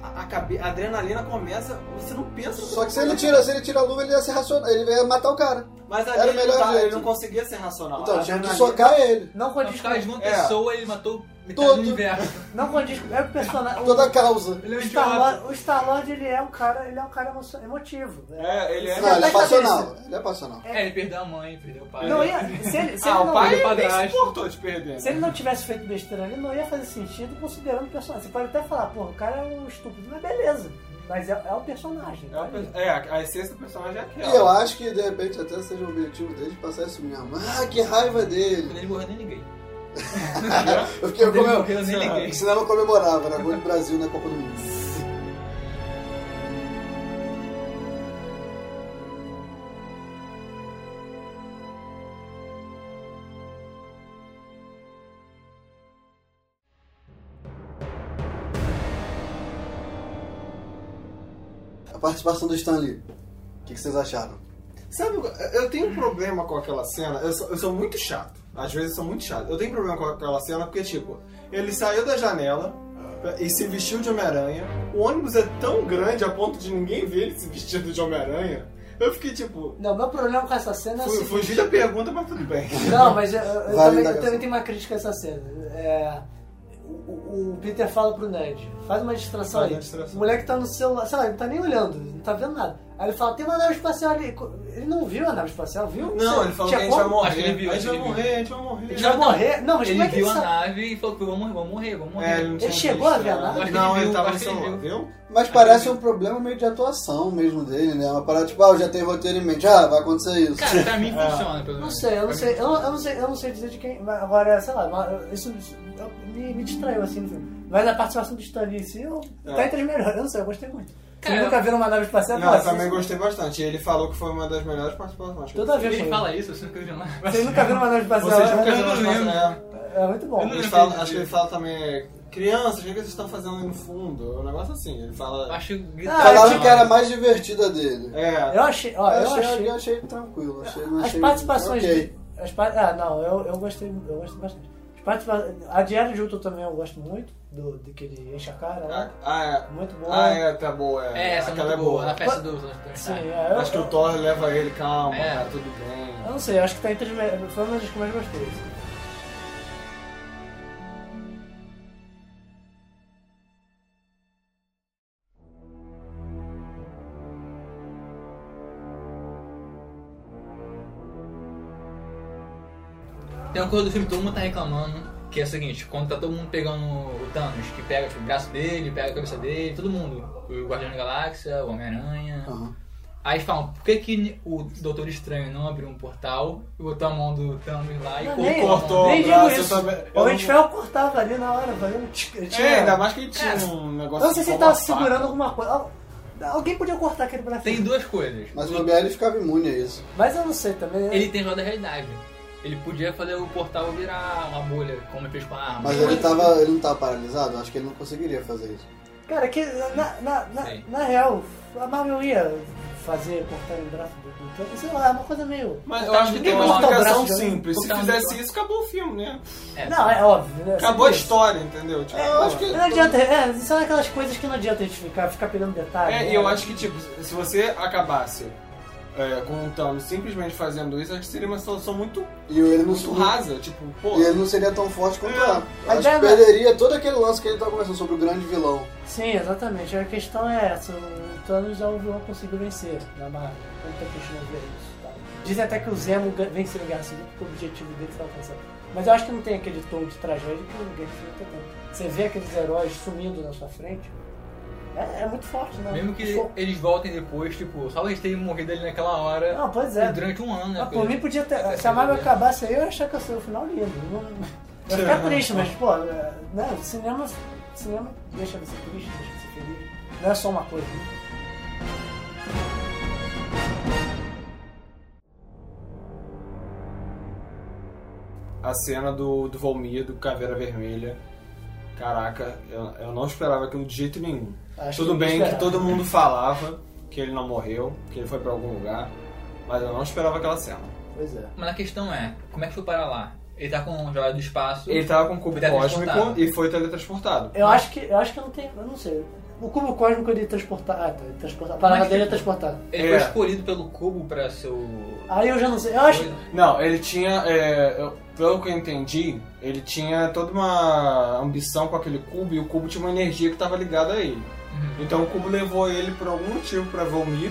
C: A, a cabe- a adrenalina começa, você não pensa no
D: Só que se ele tira, se ele tira a luva, ele ia ser racional. Ele ia matar o cara.
C: Mas
D: era
C: ali
D: o
C: ele,
D: melhor
C: não tá- ele
D: jeito.
C: não conseguia ser racional.
D: Então,
C: Ah, A
D: tinha que
C: adrenalina-
D: socar ele.
B: Não
A: Quando
B: condiz
A: os
B: com.
A: caras de uma
C: É.
A: pessoa, ele matou metade
D: Todo.
A: do universo.
B: Não condiz com. É o personagem.
D: Toda a
B: O,
D: causa.
A: Ele é um
B: o
A: idiota.
B: Star-Lord, o Star-Lord, ele é um cara, ele é um cara emocio- emotivo. né?
C: É, ele é.
D: Não, ele é
B: Exatamente.
D: passional. Ele é passional.
A: É, ele perdeu a mãe, perdeu o pai.
B: Não ia. Se ele, se
C: É. ah,
B: ele
C: o
B: não-
C: pai
A: ele é
C: nem se
A: padrasto.
C: importou de perder. né?
B: Se ele não tivesse feito besteira ali, não ia fazer sentido considerando o personagem. Você pode até falar, pô, o cara é um estúpido, mas beleza. Mas é, é o personagem.
C: É, o
B: tá ali.
C: pe- é, a, a essência do personagem é aquela.
D: E eu acho que de repente até seja o objetivo dele de passar isso mesmo. Ah, que raiva dele.
A: Quando ele morreu, nem liguei.
C: né?
D: Eu fiquei
A: Quando ele
B: é-
D: comemorando.
A: morreu, nem liguei.
D: Senão eu comemorava na Gol do Brasil na Copa do Mundo. A participação do Stanley. O que que vocês acharam?
C: Sabe, eu tenho um problema com aquela cena. Eu sou, eu sou muito chato. Às vezes eu sou muito chato. Eu tenho problema com aquela cena porque, tipo, ele saiu da janela e se vestiu de Homem-Aranha. O ônibus é tão grande a ponto de ninguém ver ele se vestido de Homem-Aranha. Eu fiquei tipo.
B: Não, meu problema com essa cena é o
C: Fu,
B: seguinte-
C: fugi da pergunta, mas tudo bem.
B: Não, mas eu, eu também,
D: Vale da
B: eu também
D: graça.
B: tenho uma crítica a essa cena. É, o, o Peter fala pro Ned, faz uma distração
C: Faz
B: aí.
C: uma distração.
B: O moleque tá no celular, sei lá, ele não tá nem olhando, não tá vendo nada. Aí ele fala, tem uma nave espacial ali. Ele não viu a nave espacial, viu?
C: Não, ele falou
B: Tinha
C: que a gente vai
B: como?
A: Acho que ele
C: morrer.
A: viu,
C: A gente
A: acho
C: vai
A: que ele
C: morrer, a gente vai morrer.
B: A gente vai morrer. Não, mas
A: ele
B: como é que
A: viu
B: ele
A: a
B: sabe?
A: nave e falou que vamos, vamos morrer, vamos morrer.
C: É, ele não tinha
B: chegou a ver a
C: visto,
B: nave?
C: né?
A: Acho que
C: Não,
A: ele
C: ele
A: viu,
C: tava no
A: acho que ele
C: celular, viu?
D: Mas parece um problema meio de atuação mesmo dele, né? Uma parada tipo, ah, eu já tenho roteiro em mente, ah, vai acontecer isso.
A: Cara, pra mim funciona,
C: né?
A: pelo
B: Não
A: menos.
B: sei, eu
A: Pra
B: não
A: mim
B: sei, eu,
A: funciona.
B: não- eu não sei, eu não sei dizer de quem. mas Agora, sei lá, mas isso, isso eu- me, me distraiu assim no filme. Mas a participação do Stanley em si eu, tá
C: É.
B: entre as melhores, eu não sei, eu gostei muito. Vocês
A: Cara,
B: nunca viram uma nave espacial?
C: Não, eu
B: Nossa,
C: também
B: isso-
C: gostei bastante. Ele falou que foi uma das melhores participações. que eu
B: Toda
C: fiz.
B: vez que
A: Ele fala isso, um você nunca viu nada.
B: Vocês nunca viram uma nave espacial?
C: Vocês nunca
A: eu
C: viram
A: não
C: as
A: lembro.
C: nossas- é.
B: É, é muito bom.
A: Eu não-
C: Ele fala, acho que ele fala também, é, crianças, o que que vocês estão fazendo aí no fundo? Um negócio assim, ele
A: Eu
C: fala.
A: Acho
B: Ah,
D: Falaram
B: eu-
D: que era a mais divertida dele.
C: É,
B: Eu achei, ó, eu achei.
D: eu achei tranquilo. Achei,
B: As
D: achei,
B: participações.
D: ok.
B: As pa- Ah, não, eu, eu gostei, eu gostei bastante. As participa- A Diário de Utah também eu gosto muito, do, de que ele enche a cara.
C: ah,
B: né?
C: ah, é.
B: Muito bom.
C: Ah, é, tá boa. É,
A: É, essa
C: Aquela
A: é muito boa. Na festa
B: Mas-
A: dos
B: Sim,
A: Sim.
B: é, eu,
C: Acho que o Thor leva ele, calma,
A: É.
C: cara, tudo bem.
B: eu não sei, acho que tá entre as me- foi uma das que eu mais gostei. assim.
A: Tem uma coisa do filme que todo mundo tá reclamando. Que é o seguinte, quando tá todo mundo pegando o Thanos, que pega tipo, o braço dele, pega a cabeça dele, todo mundo. O Guardião da Galáxia, o Homem-Aranha.
D: Aham.
A: Aí falam, por que, que o Doutor Estranho não abriu um portal e botou a mão do Thanos lá e
B: Não,
A: colocou
B: nem-
A: a mão?
C: cortou.
B: nem
C: o
B: digo
C: braço,
B: isso.
C: eu também-
B: O
C: eu
B: Homem
C: não-
B: de Ferro cortava ali na hora, fazendo. tch- ele tinha-
C: É, ainda mais que ele tinha
A: Cara,
C: um
B: eu
C: negócio.
B: não sei se
C: com
B: ele Então, tava
C: uma faca.
B: segurando alguma coisa. Al- Alguém podia cortar aquele braço.
A: Tem duas coisas.
D: Mas o
A: O-
D: Bobear ele ficava imune a isso.
B: Mas eu não sei também. né?
A: Ele tem jogo da realidade. Ele podia fazer o portal virar uma bolha, como ele fez com a arma.
D: Mas ele, tava, ele não tava paralisado, acho que ele não conseguiria fazer isso.
B: Cara, que na, na, na,
A: Sim.
B: na real, a Marvel ia fazer cortar o braço do do Thanos, sei lá, é uma coisa meio.
C: Mas eu
A: Cortar
C: acho que
A: um
C: tem uma
A: braço,
C: explicação
B: cortar um
C: simples. Se
A: braço.
C: fizesse isso, acabou o filme, né?
A: É,
B: Não, é óbvio. né?
C: Acabou a
B: Sempre
C: história, entendeu? Tipo,
B: É,
C: eu acho que.
B: isso. Não adianta, é, são aquelas coisas que não adianta a gente ficar, ficar pegando né? detalhes.
C: É, e eu acho que, tipo, se você acabasse é, com o Thanos simplesmente fazendo isso, acho que seria uma solução muito,
D: E ele não,
C: muito rasa. Tipo, pô.
D: e ele não seria tão forte quanto
C: É.
D: ela.
B: Mas
D: Acho que
B: é,
D: perderia todo aquele lance que ele tava conversando sobre o grande vilão.
B: Sim, exatamente. A questão é essa, o Thanos é o vilão que conseguiu vencer na Marvel. Quanto tempo a gente não vê isso? Tá? Dizem até que o Zemo gan- venceu o Guerra Civil porque o objetivo dele foi alcançado. Mas eu acho que não tem aquele tom de tragédia que o Guerra Civil tá tendo. Você vê aqueles heróis sumindo na sua frente, é, é muito forte, né?
A: Mesmo que
B: Show.
A: eles voltem depois, tipo, só eles tenham morrido ali naquela hora.
B: Não, pois é.
A: E durante um ano, né?
B: Ah,
A: porque-
B: por mim podia ter.
A: Até
C: é
B: Se a Marvel
A: saber.
B: acabasse aí, eu ia achar que ia ser o final lindo. Não- Eu ia ficar triste, mas, pô, é, né? Cinema, cinema deixa você triste, deixa você feliz. Não é só uma coisa. Né?
C: a cena do, do Volmir, do Caveira Vermelha. Caraca, eu, eu não esperava aquilo de jeito nenhum.
B: Acho
C: Tudo
B: que é.
C: bem
B: esperava.
C: que todo mundo falava que ele não morreu, que ele foi pra algum lugar, mas eu não esperava aquela cena.
B: Pois é.
A: Mas a questão é, como é que foi parar lá? Ele tá com um joia do espaço.
B: tá-
C: Ele tava com o cubo
A: Foi
C: cósmico
A: teletransportado.
C: e foi teletransportado.
B: Eu acho que eu acho que não tem. Eu não sei. O cubo cósmico ele transportar. Ah, tá, ele transportar. A parada
A: Mas-
B: dele é transportar.
A: Ele foi
C: É.
A: escolhido pelo cubo pra ser o.
B: Aí eu já não sei. Eu acho.
C: Não, ele tinha, é, eu- pelo que eu entendi, ele tinha toda uma ambição com aquele cubo e o cubo tinha uma energia que tava ligada a ele.
A: Uhum.
C: Então o cubo levou ele por algum motivo pra Volmir.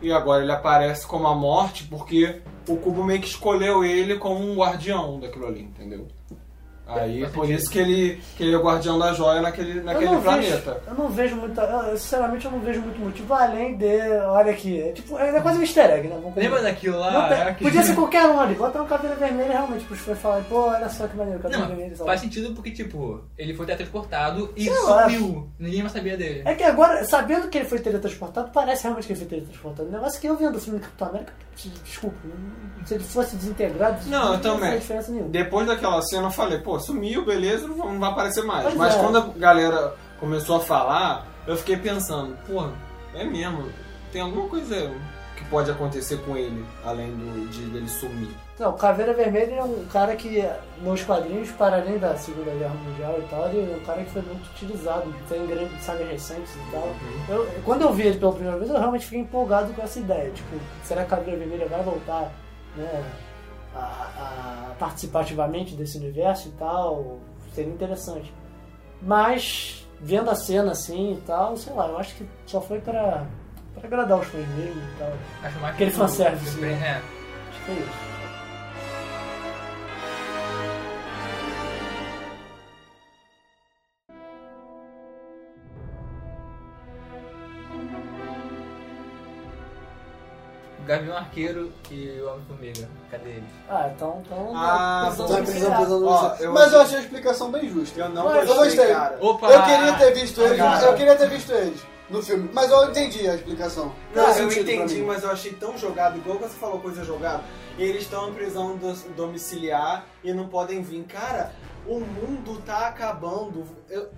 C: E agora ele aparece como a morte porque o cubo meio que escolheu ele como um guardião daquilo ali, entendeu? Aí
A: É, Faz
C: por
A: sentido.
C: isso que ele, que ele é o guardião da joia naquele,
B: eu
C: naquele
B: não
C: planeta.
B: Vejo, eu não vejo muita. eu, sinceramente, eu não vejo muito motivo além de. Olha aqui. É, tipo, é quase um easter egg, né? Vamos combinar.
A: Lembra daquilo lá?
B: Não, pe-
C: ah,
A: Era que-
B: Podia ser qualquer um ali, bota um cabelo vermelho realmente pros fãs falarem, pô, olha só que maneiro, cabelo vermelho.
A: Não,
B: sabe?
A: faz sentido porque, tipo, ele foi teletransportado e
B: Sei lá.
A: sumiu. Ninguém mais sabia dele.
B: É que agora, sabendo que ele foi teletransportado, parece realmente que ele foi teletransportado. O negócio é que eu vendo o filme do Capitão América, desculpa, se ele fosse desintegrado,
C: Não, eu
B: Não
C: também.
B: faz diferença nenhuma.
C: Depois daquela cena eu falei, pô, sumiu, beleza, não vai- não vai aparecer mais.
B: Pois
C: Mas
B: é.
C: quando a galera começou a falar, eu fiquei pensando, pô, é mesmo, tem alguma coisa que pode acontecer com ele, além do, de dele sumir.
B: Não, Caveira Vermelha é um cara que, nos quadrinhos, para além da Segunda Guerra Mundial e tal, ele é um cara que foi muito utilizado, tem grandes sagas recentes e tal. Eu- quando eu vi ele pela primeira vez, eu realmente fiquei empolgado com essa ideia. Tipo, será que a Caveira Vermelha vai voltar né, a, a participar ativamente desse universo e tal? Seria interessante. Mas, vendo a cena assim e tal, sei lá, eu acho que só foi pra, pra agradar os fãs mesmo e tal.
A: Acho mais
B: Aquele
A: que-
B: fanservice,
A: É.
B: Acho que foi isso.
A: Gavião Arqueiro e o Homem-Formiga. Cadê eles?
B: Ah, então. então
C: Ah,
B: pensando
D: Tá
B: em
D: precisando,
B: tirar.
D: precisando
C: Ó,
D: disso.
C: eu
D: Mas eu
C: achei-
D: achei a explicação bem justa.
C: Eu não
B: Mas
C: gostei,
D: eu gostei.
C: cara.
A: Opa!
D: Eu queria ter visto eles,
B: Cara.
D: eu queria ter visto eles no filme, mas eu entendi a explicação.
C: Não,
D: Faz
C: eu
D: sentido pra
C: entendi,
D: mim.
C: mas eu achei tão jogado, igual você falou coisa jogada. Eles estão em prisão do- domiciliar e não podem vir. Cara, o mundo tá acabando. Eu,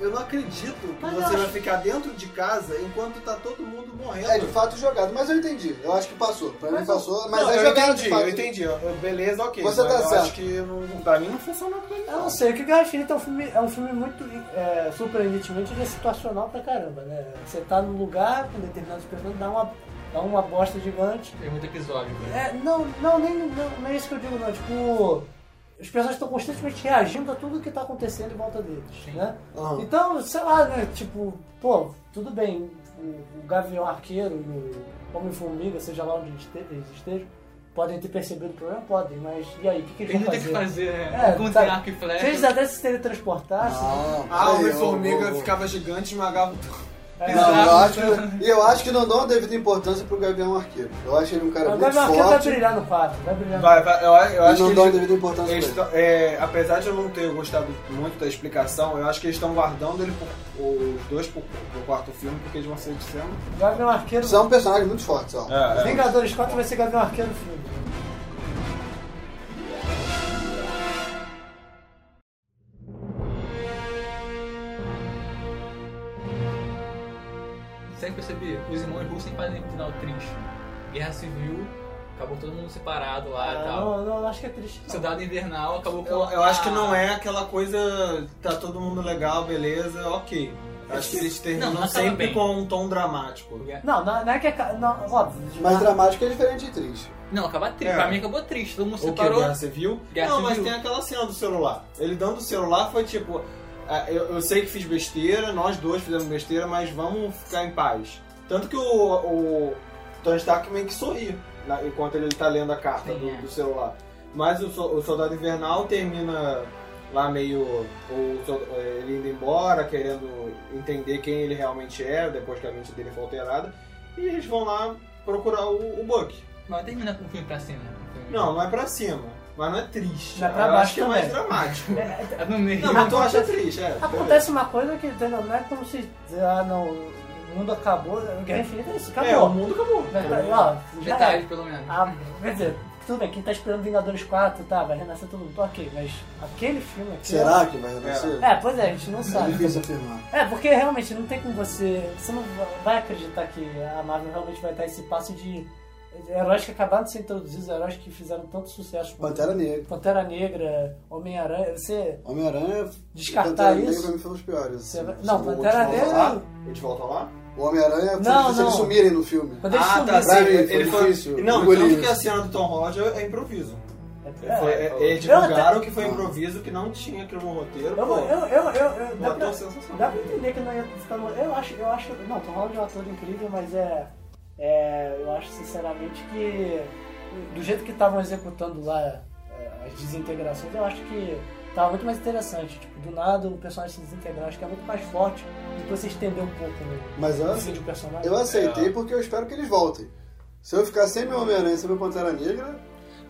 C: eu não acredito que
B: Mas eu
C: você vai
B: acho-
C: ficar dentro de casa enquanto tá todo mundo morrendo.
D: É de fato jogado, mas eu entendi. Eu acho que passou. Pra mim
C: Mas eu-
D: passou, mas
C: Não,
D: é
C: eu
D: jogado
C: entendi,
D: de fato.
C: eu entendi. Eu- eu- beleza, ok.
D: Você
C: mas
D: tá
C: eu
D: certo.
C: acho que não, pra mim não funcionou pra ele,
B: Eu
C: não.
B: não sei, o que o Guerra Infinita é um filme, é um filme muito, é, surpreendentemente, ele é situacional pra caramba, né? Você tá num lugar com determinados personagens, dá uma, dá uma bosta gigante.
A: Tem muito episódio, cara.
B: É, não, não, nem, não, não é isso que eu digo, não. Tipo, os personagens estão constantemente reagindo a tudo que tá acontecendo em volta deles,
A: Sim.
B: né?
C: Aham.
D: Ah.
B: Então, sei lá, né? Tipo, pô, tudo bem, o, o Gavião Arqueiro e o Homem-Formiga, seja lá onde este- eles estejam, podem ter percebido o problema? Podem, mas e aí, o que, que eles
A: Eles não tem
B: vão
A: o que
B: fazer?
A: fazer, né?
B: É,
A: Como
B: sabe?
A: tem arco e
B: Se eles
A: flecha.
B: até se teletransportassem,
D: Não,
C: Ah, o
D: peraí,
C: Homem-Formiga
D: eu- eu-
C: ficava gigante e esmagava o
B: É.
D: Não, eu acho
C: né?
D: que, e eu acho que não dão a devida importância pro Gavião Arqueiro. Eu acho ele um cara
B: Mas o
D: muito
B: Gavião Arqueiro tá vai
D: forte.
B: brilhar no 4, vai brilhar no
C: Vai, vai, eu, eu
D: e
C: acho
D: não
C: que
D: dão a
C: eles-
D: devida importância pra
C: Eles
D: ele.
C: tão- é, apesar de eu não ter gostado muito da explicação, eu acho que eles estão guardando ele por- os dois pro, pro quarto filme, porque eles vão ser de cena.
B: Gavião Arqueiro.
D: São personagens muito fortes,
C: É.
D: ó.
B: É, Vingadores 4 vai ser Gavião Arqueiro no filme.
A: Sempre percebi, os irmãos russos sempre fazem um final triste. Guerra Civil, acabou todo mundo separado lá e
B: Ah,
A: tal.
B: não, não, acho que é triste. não.
A: Soldado Invernal acabou com.
C: Eu, eu acho que não é aquela coisa, tá todo mundo legal, beleza, ok. Eu acho que eles terminam
A: Não, acaba
C: sempre
A: bem.
C: com um tom dramático.
B: Não, não, não é que é. ca- Não, óbvio.
D: Mas dramático é diferente de triste.
A: Não, acaba triste.
C: É.
A: Pra mim acabou triste. Todo mundo
C: O que? Guerra
A: separou.
C: Civil?
A: Guerra
C: não, mas
A: Civil.
C: tem aquela cena do celular. Ele dando o celular foi tipo, ah, eu, eu sei que fiz besteira, nós dois fizemos besteira, mas vamos ficar em paz. Tanto que o, o Tony Stark meio que sorri na- enquanto ele tá lendo a carta
A: Sim,
C: do,
A: é.
C: do celular. Mas o, so- o Soldado Invernal termina lá meio o, so- ele indo embora, querendo entender quem ele realmente é, depois que a mente dele foi alterada. E eles vão lá procurar o, o Buck.
A: Mas termina com o filme pra cima. o filme.
C: Não, não é pra cima. Mas não é triste.
B: Não é pra
C: eu
B: baixo
C: acho que é
B: também.
C: mais dramático.
A: É no meio.
C: Não, mas tu acha triste, é.
B: Acontece uma coisa que entendeu? não é como se. Ah, não, o mundo acabou. Guerra Infinita é isso,
C: beleza. É, o
B: acabou.
C: mundo acabou.
B: Mas, ó, já é.
A: Metade, pelo menos.
B: Ah, quer dizer, tudo bem, quem tá esperando Vingadores 4, tá, vai renascer todo mundo, ok, mas aquele filme
C: É.
B: aqui.
D: Será que vai acontecer?
B: É, pois é, a gente não
D: É
B: sabe.
D: difícil afirmar.
B: É, porque realmente não tem como você. Você não vai acreditar que a Marvel realmente vai dar esse passo de heróis que acabaram de ser introduzidos, heróis que fizeram tanto sucesso.
D: Pantera Negra.
B: Pantera Negra, Homem-Aranha. Você.
D: Homem-Aranha.
B: Descartar
D: Pantera Negra,
B: isso?
D: pra mim foi um dos piores.
B: você
D: assim.
B: vai- não,
C: O
B: Pantera
C: último
B: Negra.
C: lá? A gente volta lá?
D: O Homem-Aranha foi
B: Não,
D: difícil eles
B: não.
D: sumirem no filme.
B: Quando eles
C: tá,
B: sumiram-
D: Pra
C: sim,
D: mim,
C: ele
D: foi difícil.
C: Não,
D: Engoli
C: tanto que a
D: isso.
C: cena do Tom Holland é improviso.
B: É,
C: Foi- é- eles
B: Eu até-
C: divulgaram que foi improviso, que não tinha aquilo no roteiro.
B: Eu,
C: Pô,
B: eu, eu, eu, eu-
C: um
B: dá, pra,
C: ator sensacional.
B: dá pra entender que não ia ficar no. Eu acho, eu acho. Não, Tom Holland é um ator incrível, mas é. é, eu acho sinceramente que. Do jeito que estavam executando lá é, as desintegrações, eu acho que tava muito mais interessante. Tipo, do nada o personagem se desintegrar, acho que é muito mais forte do que você estender um pouco no
D: Mas eu,
B: no fim de um personagem.
D: eu aceitei porque eu espero que eles voltem. Se eu ficar sem meu Homem-Aranha e sem meu Pantera Negra,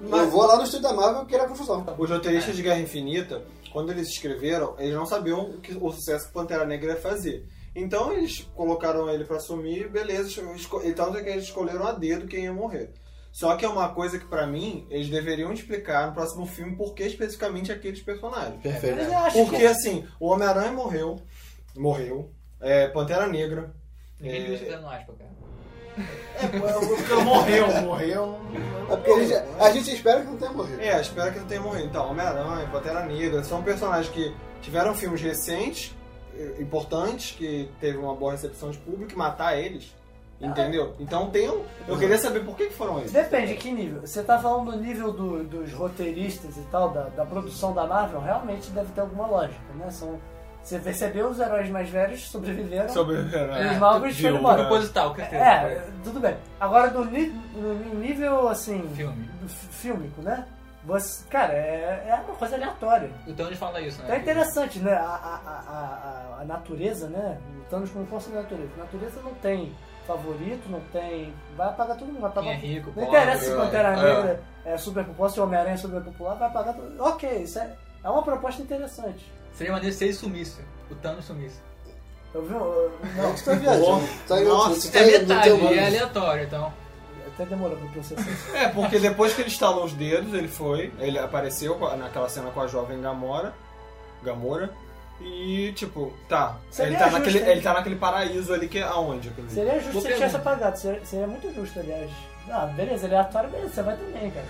D: eu
C: Mas-
D: vou lá no estúdio da Marvel querer a confusão.
C: Os
B: É.
C: roteiristas de Guerra Infinita, quando eles escreveram, eles não sabiam o, que- o sucesso que Pantera Negra ia fazer. Então eles colocaram ele pra assumir, beleza, esco- e tanto é que eles escolheram a dedo quem ia morrer. Só que é uma coisa que pra mim, eles deveriam explicar no próximo filme por que especificamente aqueles personagens.
D: Perfeito.
B: Mas eu acho que- é.
C: Porque assim, o Homem-Aranha morreu, morreu, é, Pantera Negra,
A: Ninguém
C: é,
A: devia chegar no aspa, cara.
E: É, porque morreu, morreu. não-
D: É porque a gente, a gente espera que não tenha morrido.
C: É, espero que não tenha morrido. Então, Homem-Aranha, Pantera Negra, são personagens que tiveram filmes recentes, eh, importantes, que teve uma boa recepção de público, e matar eles.
B: Ah, é.
C: Entendeu? Então tem um. Eu queria saber por que que foram eles.
B: Depende, que nível? Você tá falando do nível do- dos roteiristas e tal, da, da produção da Marvel, realmente deve ter alguma lógica, né? São, você percebeu, os heróis mais velhos sobreviveram.
C: Sobre o herói.
B: Os magos foram
A: Foi
B: embora.
A: É. proposital, que
B: É,
A: né?
B: tudo bem. Agora, no, ni- no nível, assim,
A: Filme.
B: do fi- fílmico, né? Você, cara, é, é uma coisa aleatória.
A: O Thanos fala isso, né?
B: Então é interessante, né? A, a- a- a- a natureza, né? Lutamos como força da natureza. A natureza não tem favorito, não tem. Vai apagar todo mundo. Vai
A: Quem
B: apagar
A: é rico,
B: tá não
A: pobre,
B: interessa se
A: é.
B: Pantera Negra é, superpopular, se Homem-Aranha é superpopular, vai pagar tudo. Ok, isso é, é uma proposta interessante.
A: Seria maneiro se ele sumisse. O Thanos sumisse.
B: Eu vi um. eu-
D: A
B: Não,
D: gente tá viajando. Tá em outro-
E: Nossa,
D: tá
A: É
D: em-
A: metade,
D: não tem
A: é
D: humano.
A: aleatório, então.
B: até demorou pra processar isso.
C: É, porque depois que ele estalou os dedos, ele foi, ele apareceu co- naquela cena com a jovem Gamora, Gamora, e tipo, tá,
B: Seria
C: ele tá,
B: justo,
C: naquele,
B: hein?
C: ele tá naquele paraíso ali que é aonde? aquele-
B: Seria justo
A: Boa
B: se ele
D: né?
B: tivesse
A: pergunta.
B: apagado, seria, seria muito justo, aliás. Ah, beleza, aleatório, beleza, você vai também, cara.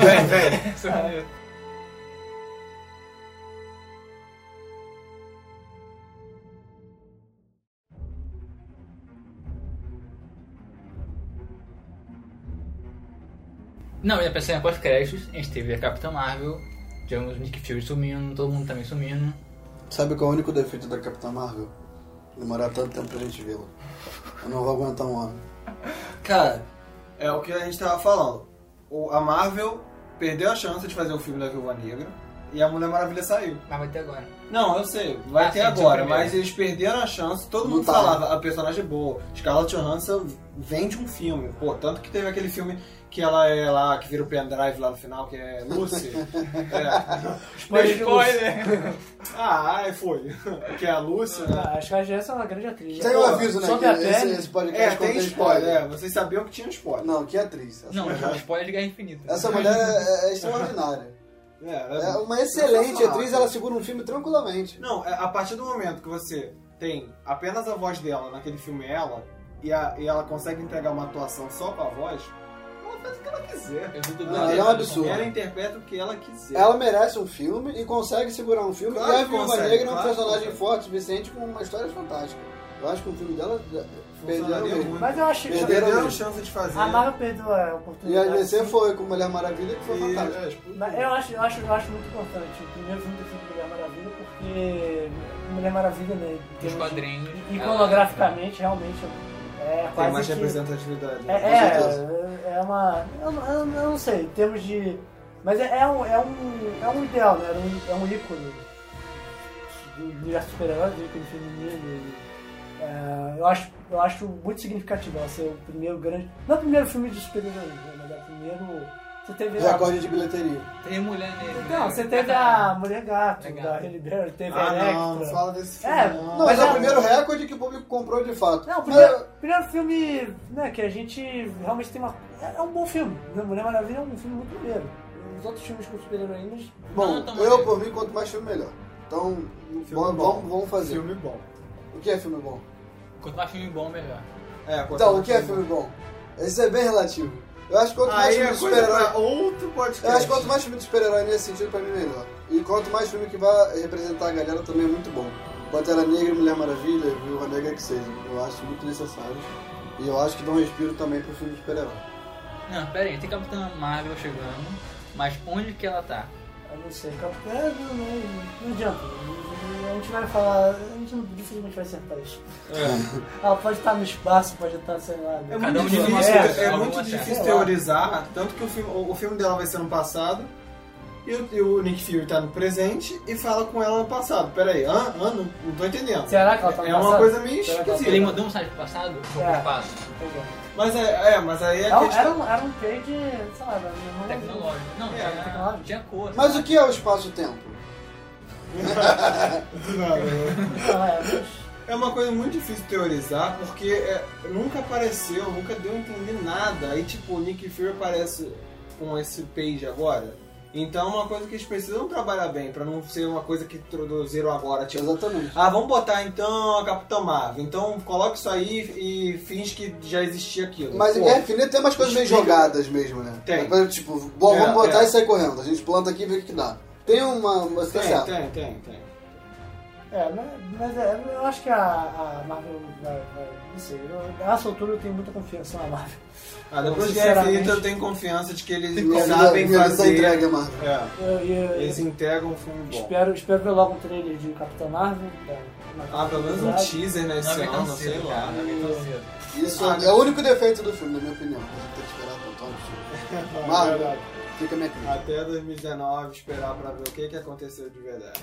C: Vem, vem.
A: Isso é maneiro. Não, e na cena pós-créditos, a gente teve a Capitã Marvel, tivemos o Nick Fury sumindo, todo mundo também sumindo.
D: Sabe qual é o único defeito da Capitã Marvel? Demorar tanto tempo pra gente vê-la. Eu não vou aguentar um ano.
C: Cara, é o que a gente tava falando. O, a Marvel perdeu a chance de fazer o filme da Viúva Negra e a Mulher Maravilha saiu. é
A: Mas vai ter agora.
C: Não, eu sei, vai
A: Ah,
C: ter
A: sim,
C: agora,
A: tinha o primeiro.
C: mas eles perderam a chance, todo
D: Não
C: mundo
D: tá.
C: falava, a personagem é boa, Scarlett Johansson vende um filme, pô, tanto que teve aquele filme que ela é lá, que vira o pendrive lá no final, que é Lucy. É.
B: Spoiler de
C: Ah, aí foi. Que é a Lucy, né?
B: Ah, Acho que a Jess é uma grande atriz.
D: Tem um
B: Pô,
D: aviso, né?
B: sobe
D: Que
B: a
D: esse,
B: pele.
D: esse
C: É,
D: podcast
C: tem
D: contém
C: spoiler,
D: spoiler.
C: é, vocês sabiam que tinha spoiler.
D: Não, que atriz. Essa,
A: Não, é um spoiler de Guerra Infinita.
D: essa mulher é, é extraordinária.
C: É, é-
D: É uma excelente
C: Sensacional.
D: atriz, ela segura um filme tranquilamente.
C: Não, é, a partir do momento que você tem apenas a voz dela naquele filme ela, e, a- e ela consegue entregar uma atuação só com a voz, ela faz o que ela quiser.
A: Eu vi do
D: Ah,
A: Daniel
D: ela é um
A: Radcliffe.
D: absurdo.
C: Ela interpreta o que ela quiser.
D: Ela merece um filme e consegue segurar um filme.
C: Claro
D: e a
C: que
D: Viúva
C: consegue,
D: Negra é um
C: claro que
D: personagem
C: consegue.
D: forte o suficiente com uma história fantástica. Eu acho que o filme dela
B: É
D: perderam
C: Funcionaria
D: mesmo.
C: muito.
B: Mas eu acho que
D: Perderam
C: Perderam a
D: mesmo.
C: chance de fazer.
B: a Marvel perdeu a
D: E
B: oportunidade.
D: a DC foi com Mulher Maravilha, que foi
C: E-
D: fantástica.
C: é, tipo,
B: Mas Eu acho, eu acho, eu acho muito importante o primeiro filme do filme do Mulher Maravilha, porque Mulher Maravilha, né? em
A: Os
B: termos de-
A: quadrinhos.
B: Iconograficamente, realmente, é
C: Tem
B: quase
C: mais
B: que...
C: representatividade.
B: É, é, é uma... Eu, não- eu não- eu não sei, em termos de... Mas é, é um, é, um, é um ideal, né? É um, é um ícone do universo super-herói, do ícone feminino. e, é, eu, acho, eu acho muito significativo ela ser o primeiro grande... Não é o primeiro filme de super-herói, né, mas é o primeiro... Você teve a...
D: Recorde de bilheteria.
A: Tem mulher nele.
B: Não,
A: né?
B: Então, você teve a Mulher Gato,
A: Mulher
B: da
A: Gato.
B: Halle Berry, teve a
C: Ah,
B: Electra...
C: não, não fala desse filme.
B: É,
C: não.
D: Não,
B: Mas
D: mas é
B: a-
D: o primeiro recorde que o público comprou de fato.
B: Não, o
D: Mas-
B: primeiro, primeiro filme né, que a gente realmente tem uma. É é um bom filme. né? Mulher Maravilha é um filme muito maneiro. Os outros filmes com super-heroínas.
D: Bom,
A: Não, tá
D: eu
A: maneiro.
D: por mim, quanto mais filme, melhor. Então,
C: Filme
D: vamos,
C: bom.
D: vamos, vamos fazer.
C: Filme bom.
D: O que é filme bom?
A: Quanto mais filme bom, melhor.
C: É,
D: Então, o que é filme bom? Isso é bem relativo. Eu acho que quanto mais
C: Aí
D: filme
C: é
D: de
C: coisa
D: super-herói.
C: pra outro podcast.
D: Eu acho que quanto mais filme de super-herói nesse sentido, pra mim, melhor. E quanto mais filme que vai representar a galera também é muito bom. Pantera Negra, Mulher Maravilha, Viúva Negra, que seja. Eu acho muito necessário. E eu acho que dá um respiro também pro filme de super-herói.
A: Não, pera aí, tem Capitã Marvel chegando, mas onde que ela tá?
B: Eu não sei, Capitão. é, Não, não, não adianta. A gente vai falar. A gente não, dificilmente vai acertar isso. Ela pode estar no espaço, pode estar, sei lá.
C: É
B: né?
A: Cada
C: muito
A: um de
C: difícil,
A: uma
C: é,
A: peça,
C: é
A: alguma
C: muito
A: peça.
C: difícil
B: Sei lá.
C: teorizar, tanto que o filme, o, o filme dela vai ser no passado, e o, e o Nick Fury tá no presente e fala com ela no passado. Pera aí, hã? Hã? Não, não tô entendendo.
B: Será que ela tá no
C: É uma
B: passado?
C: coisa meio
B: Será que ela-
A: Ele
C: esquisita.
A: mandou um site pro passado? Foi
B: É.
A: pro espaço.
B: Pois é.
C: Mas é, é, mas aí é
B: Era,
C: questão.
B: era, um, era um trade, sei lá, da minha mãe.
A: Tecnológico. Não,
C: É,
A: tinha,
B: tecnológico.
A: tinha cor.
D: Mas o que é o espaço-tempo?
B: é? Ah, é, mas-
C: É uma coisa muito difícil teorizar, porque é, nunca apareceu, nunca deu a entender nada. Aí, tipo, o Nick Fury aparece com esse page agora. Então é uma coisa que eles precisam trabalhar bem, pra não ser uma coisa que introduziram agora, tipo,
D: Exatamente.
C: ah, vamos botar então a Capitã Marvel. Então coloca isso aí e finge que já existia aquilo.
D: Mas em
C: Pô,
D: Guerra Infinita tem umas coisas meio
C: Explica.
D: jogadas mesmo, né?
C: Tem.
D: Uma coisa Tipo, bom,
C: É,
D: vamos botar
C: é.
D: e sair correndo. A gente planta aqui e vê o que que dá. Tem uma. Você tá
C: tem,
D: certo.
C: tem, tem, tem.
B: É, mas, mas é, eu acho que a, a Marvel vai, vai- Não sei, eu, nessa altura eu tenho muita confiança na Marvel.
C: Ah, depois de Guerra
B: Sinceramente.
C: Infinita eu tenho confiança de que eles
D: Minha vida-
C: sabem
D: minha vida tá
C: fazer.
D: entregue, Marvel.
C: É,
B: Eu, eu-
C: eles entregam um filme bom.
B: espero, espero ver logo um trailer de Capitã Marvel. Da,
C: Ah, pelo menos um teaser né, esse ano, sei lá.
A: Não é tão cedo.
D: Isso
C: Ah,
D: é o único defeito do filme, na minha opinião. A gente tem que esperar tanto absurdo.
C: É
D: Marvel, fica a minha crítica.
C: Até 2019 esperar pra ver o que, que aconteceu de verdade.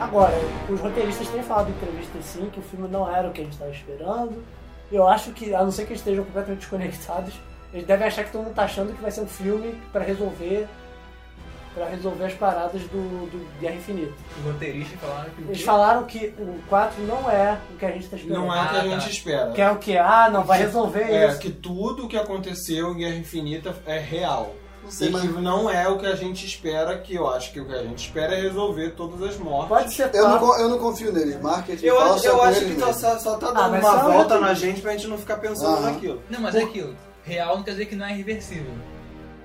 B: Agora, os roteiristas têm falado em entrevista sim que o filme não era o que a gente estava esperando. E eu acho que, a não ser que eles estejam completamente desconectados, eles devem achar que todo mundo tá achando que vai ser um filme para resolver para resolver as paradas do, do Guerra Infinita.
A: Os roteiristas falaram que o
B: Eles
A: quê?
B: falaram que o 4 não é o que a gente tá esperando.
C: Não é o que a
A: Ah, tá.
C: gente espera.
B: Que é o que? Ah, não, vai resolver
C: É,
B: isso.
C: que tudo o que aconteceu em Guerra Infinita é real.
D: Não sei,
C: E
D: mas
C: que não é o que a gente espera, que eu acho que o que a gente espera é resolver todas as mortes.
B: Pode ser
D: eu não,
B: papo.
D: con- eu não confio neles. Marketing
C: Ah. Eu,
D: fala
C: acho-
D: só
C: eu
D: com
C: acho
D: eles
C: que
D: mesmo.
C: tá, só, só tá
B: Ah,
C: dando
B: mas
C: uma
B: só-
C: volta na gente pra gente não ficar pensando
D: Aham.
C: naquilo.
A: Não, mas é aquilo. Real não quer dizer que não é irreversível.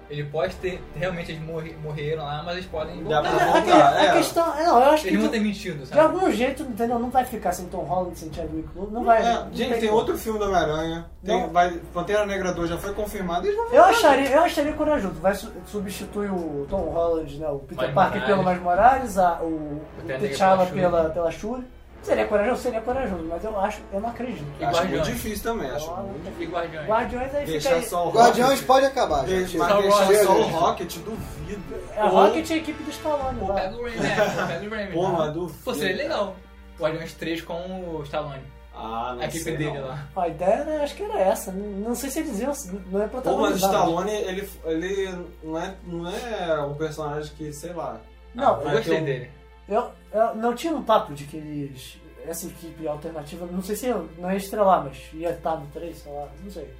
A: Ele pode ter. Realmente eles morre- morreram lá, mas eles podem
C: Dá
A: voltar.
C: pra
B: a,
C: voltar,
B: a- a
C: é.
B: questão. é, Não, eu acho que.
A: Eles vão
B: De,
A: ter mentido,
B: de
A: sabe?
B: algum jeito, entendeu? Não vai ficar sem Tom Holland, sem Chadwick Boseman, Não vai.
C: É,
B: não
C: gente, tem,
B: como.
C: outro filme do Homem-Aranha. Tem,
B: Não.
C: vai, Pantera Negra 2 já foi confirmado. Eles vão
B: Eu acharia, eu acharia corajoso. Vai su- substituir o Tom Holland, né? O Peter
A: Miles
B: Parker
A: Morales.
B: pelo Mais Morales, a, o, o
A: Até a Negra
B: T'Challa
A: pela Shuri.
B: pela, pela Shuri. Seria corajoso? Seria corajoso, mas eu acho, eu não acredito.
A: E
C: acho muito
A: Guardiões?
C: difícil também, acho.
B: Então,
C: muito
A: E Guardiões.
B: Guardiões aí fica
C: Deixar
B: aí.
C: só o
D: Guardiões
C: Rocket.
D: pode acabar,
C: Deixa-
D: gente.
C: Mas
A: Só o
C: deixar
A: Rocket.
C: só o Rocket, duvido.
B: É, Rocket e a equipe do Stallone.
A: Pô,
B: lá.
A: pega o Rain Man, pega o Rain Man.
C: Pô, mas duvido.
A: Pô, seria legal. Guardiões 3 com o Stallone.
C: Ah, não
A: A equipe
C: sei,
A: dele
C: não.
A: lá.
B: A ideia, né, acho que era essa. Não, não sei se eles iam, não é
C: Pô, mas o
B: protagonista.
C: Stallone, ele, ele não, é, não é um personagem que, sei lá.
B: Não,
A: eu
C: vai
A: gostei
C: ter um-
A: dele.
B: Eu, eu não tinha um papo de que eles. Essa equipe alternativa, não sei se eu- não ia estrelar, mas ia estar no 3, sei lá, não sei.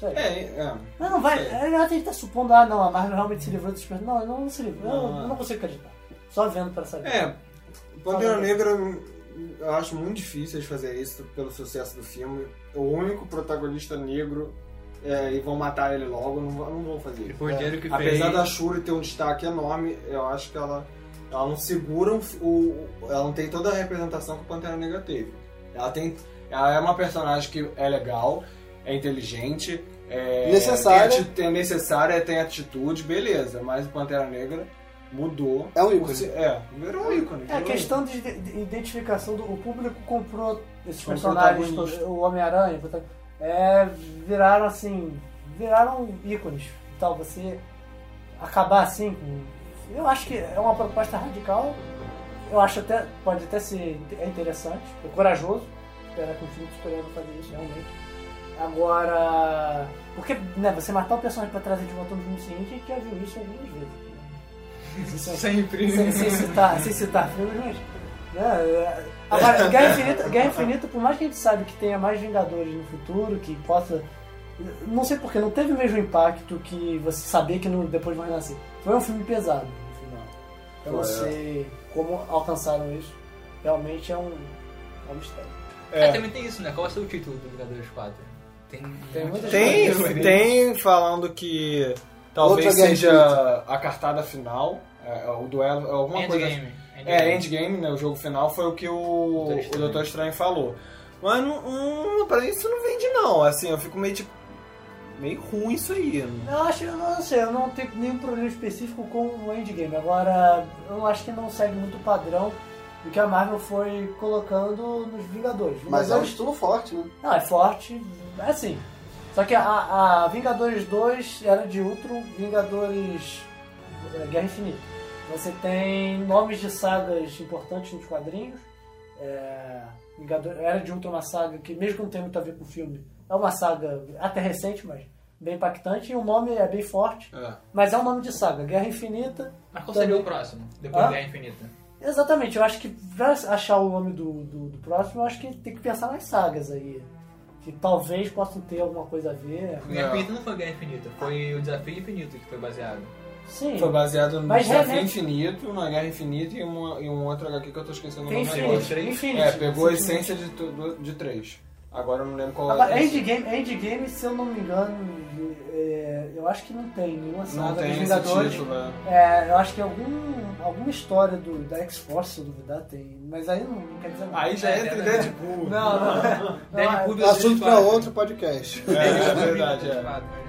B: Não sei.
C: É, é.
B: Não, não vai.
C: sei.
B: Ela tem que estar supondo, ah não, a Marvel realmente se livrou dos personagens. Não, ela não se livrou. Eu-
C: Não,
B: Eu,
C: é.
B: não consigo acreditar. Só vendo pra saber.
C: É, Pantera Negra eu acho muito difícil eles fazerem isso pelo sucesso do filme. O único protagonista negro é, e vão matar ele logo, não, vão- não vão fazer isso.
A: Depois do dinheiro que fez.
C: Apesar da Shuri ter um destaque enorme, eu acho que ela, ela não segura um fi- o, o- Ela não tem toda a representação que o Pantera Negra teve. Ela tem. Ela é uma personagem que é legal, é inteligente, é.
D: Necessária.
C: Tem, ati- tem- é necessária, tem atitude, beleza. Mas o Pantera Negra mudou.
D: É um ícone.
C: Você- É, virou um ícone.
B: É a
C: virou
B: questão de, de identificação do o público comprou esses
C: Como
B: personagens,
C: protagonista.
B: o Homem-Aranha, prota- é, viraram assim, viraram ícones. Então você acabar assim, com- eu acho que é uma proposta radical. Eu acho até pode até ser inte- é interessante, é corajoso. Esperar que um filme de super-herói fazer isso realmente. Agora, porque né, você matar o personagem pra trazer de volta no filme seguinte, a gente já viu isso algumas vezes. né? Isso é-
A: Sempre.
B: sem, sem citar, sem citar filmes, mas. né, é- Agora, Guerra Infinita, Guerra Infinita, por mais que a gente sabe que tenha mais Vingadores no futuro, que possa. Não sei porquê, não teve o mesmo impacto que você saber que não- depois vai renascer. Foi um filme pesado no final. Eu não
C: Foi, é.
B: sei como alcançaram isso. Realmente é um. É um mistério.
A: É, também tem isso, né? Qual vai ser o título do Vingadores 4? Tem,
B: Tem muitas
C: Tem,
B: coisas.
C: tem falando que talvez
D: Outra Guerra
C: seja
D: Infinita.
C: a cartada final, é, é o duelo, é alguma coisa.
A: Endgame.
C: É, Endgame, né? O jogo final foi o que o,
A: Doutor
C: o
A: Estranho.
C: Doutor Estranho falou. Mas não, hum, pra mim isso não vende, não. Assim, eu fico meio tipo. Meio ruim isso aí. né?
B: Eu acho, eu não sei, eu não tenho nenhum problema específico com o endgame. Agora, eu acho que não segue muito o padrão do que a Marvel foi colocando nos Vingadores.
D: Mas é um
B: Vingadores-
D: estilo forte, né?
B: Não, é forte, é assim. Só que a, a Vingadores 2 era de Ultron, Vingadores é, Guerra Infinita. Você tem nomes de sagas importantes nos quadrinhos. É, Vingador- era de Ultron é uma saga que, mesmo que não tenha muito a ver com o filme, é uma saga até recente, mas bem impactante e o nome é bem forte,
C: É.
B: mas é um nome de saga. Guerra Infinita.
A: Mas qual seria
B: Também.
A: o próximo? Depois da
B: Hã?
A: Guerra Infinita.
B: Exatamente, eu acho que pra achar o nome do, do, do próximo, eu acho que tem que pensar nas sagas aí. Que talvez possam ter alguma coisa a ver.
A: Guerra
C: É.
A: Infinita não foi Guerra Infinita, foi o Desafio Infinito que foi baseado.
B: Sim.
C: Foi baseado no
B: Mas
C: Desafio
B: remete-
C: Infinito, na Guerra Infinita e, uma, e um outro HQ que eu tô esquecendo o
B: Tem
C: nome
A: Infinity,
C: agora.
B: Infinity.
A: três.
B: Infinity.
C: É, pegou a
B: Infinity.
C: essência de, tu- do- de três. Agora eu não lembro qual
B: Agora,
C: é.
B: Endgame, Endgame, se eu não me engano, é, eu acho que não tem nenhuma saga
C: Não
B: dos
C: tem esse
B: Vingadores.
C: título, né?
B: É, eu acho que algum, alguma história do, da X-Force, se eu duvidar, tem. Mas aí não, não quer dizer nada.
C: Aí já
A: É,
C: entra
A: é
C: o
A: verdade.
C: Deadpool.
B: Não, não. não,
A: Deadpool versus
D: Assunto pra
A: Espada.
D: outro podcast.
C: É, é verdade, é.
A: Espada.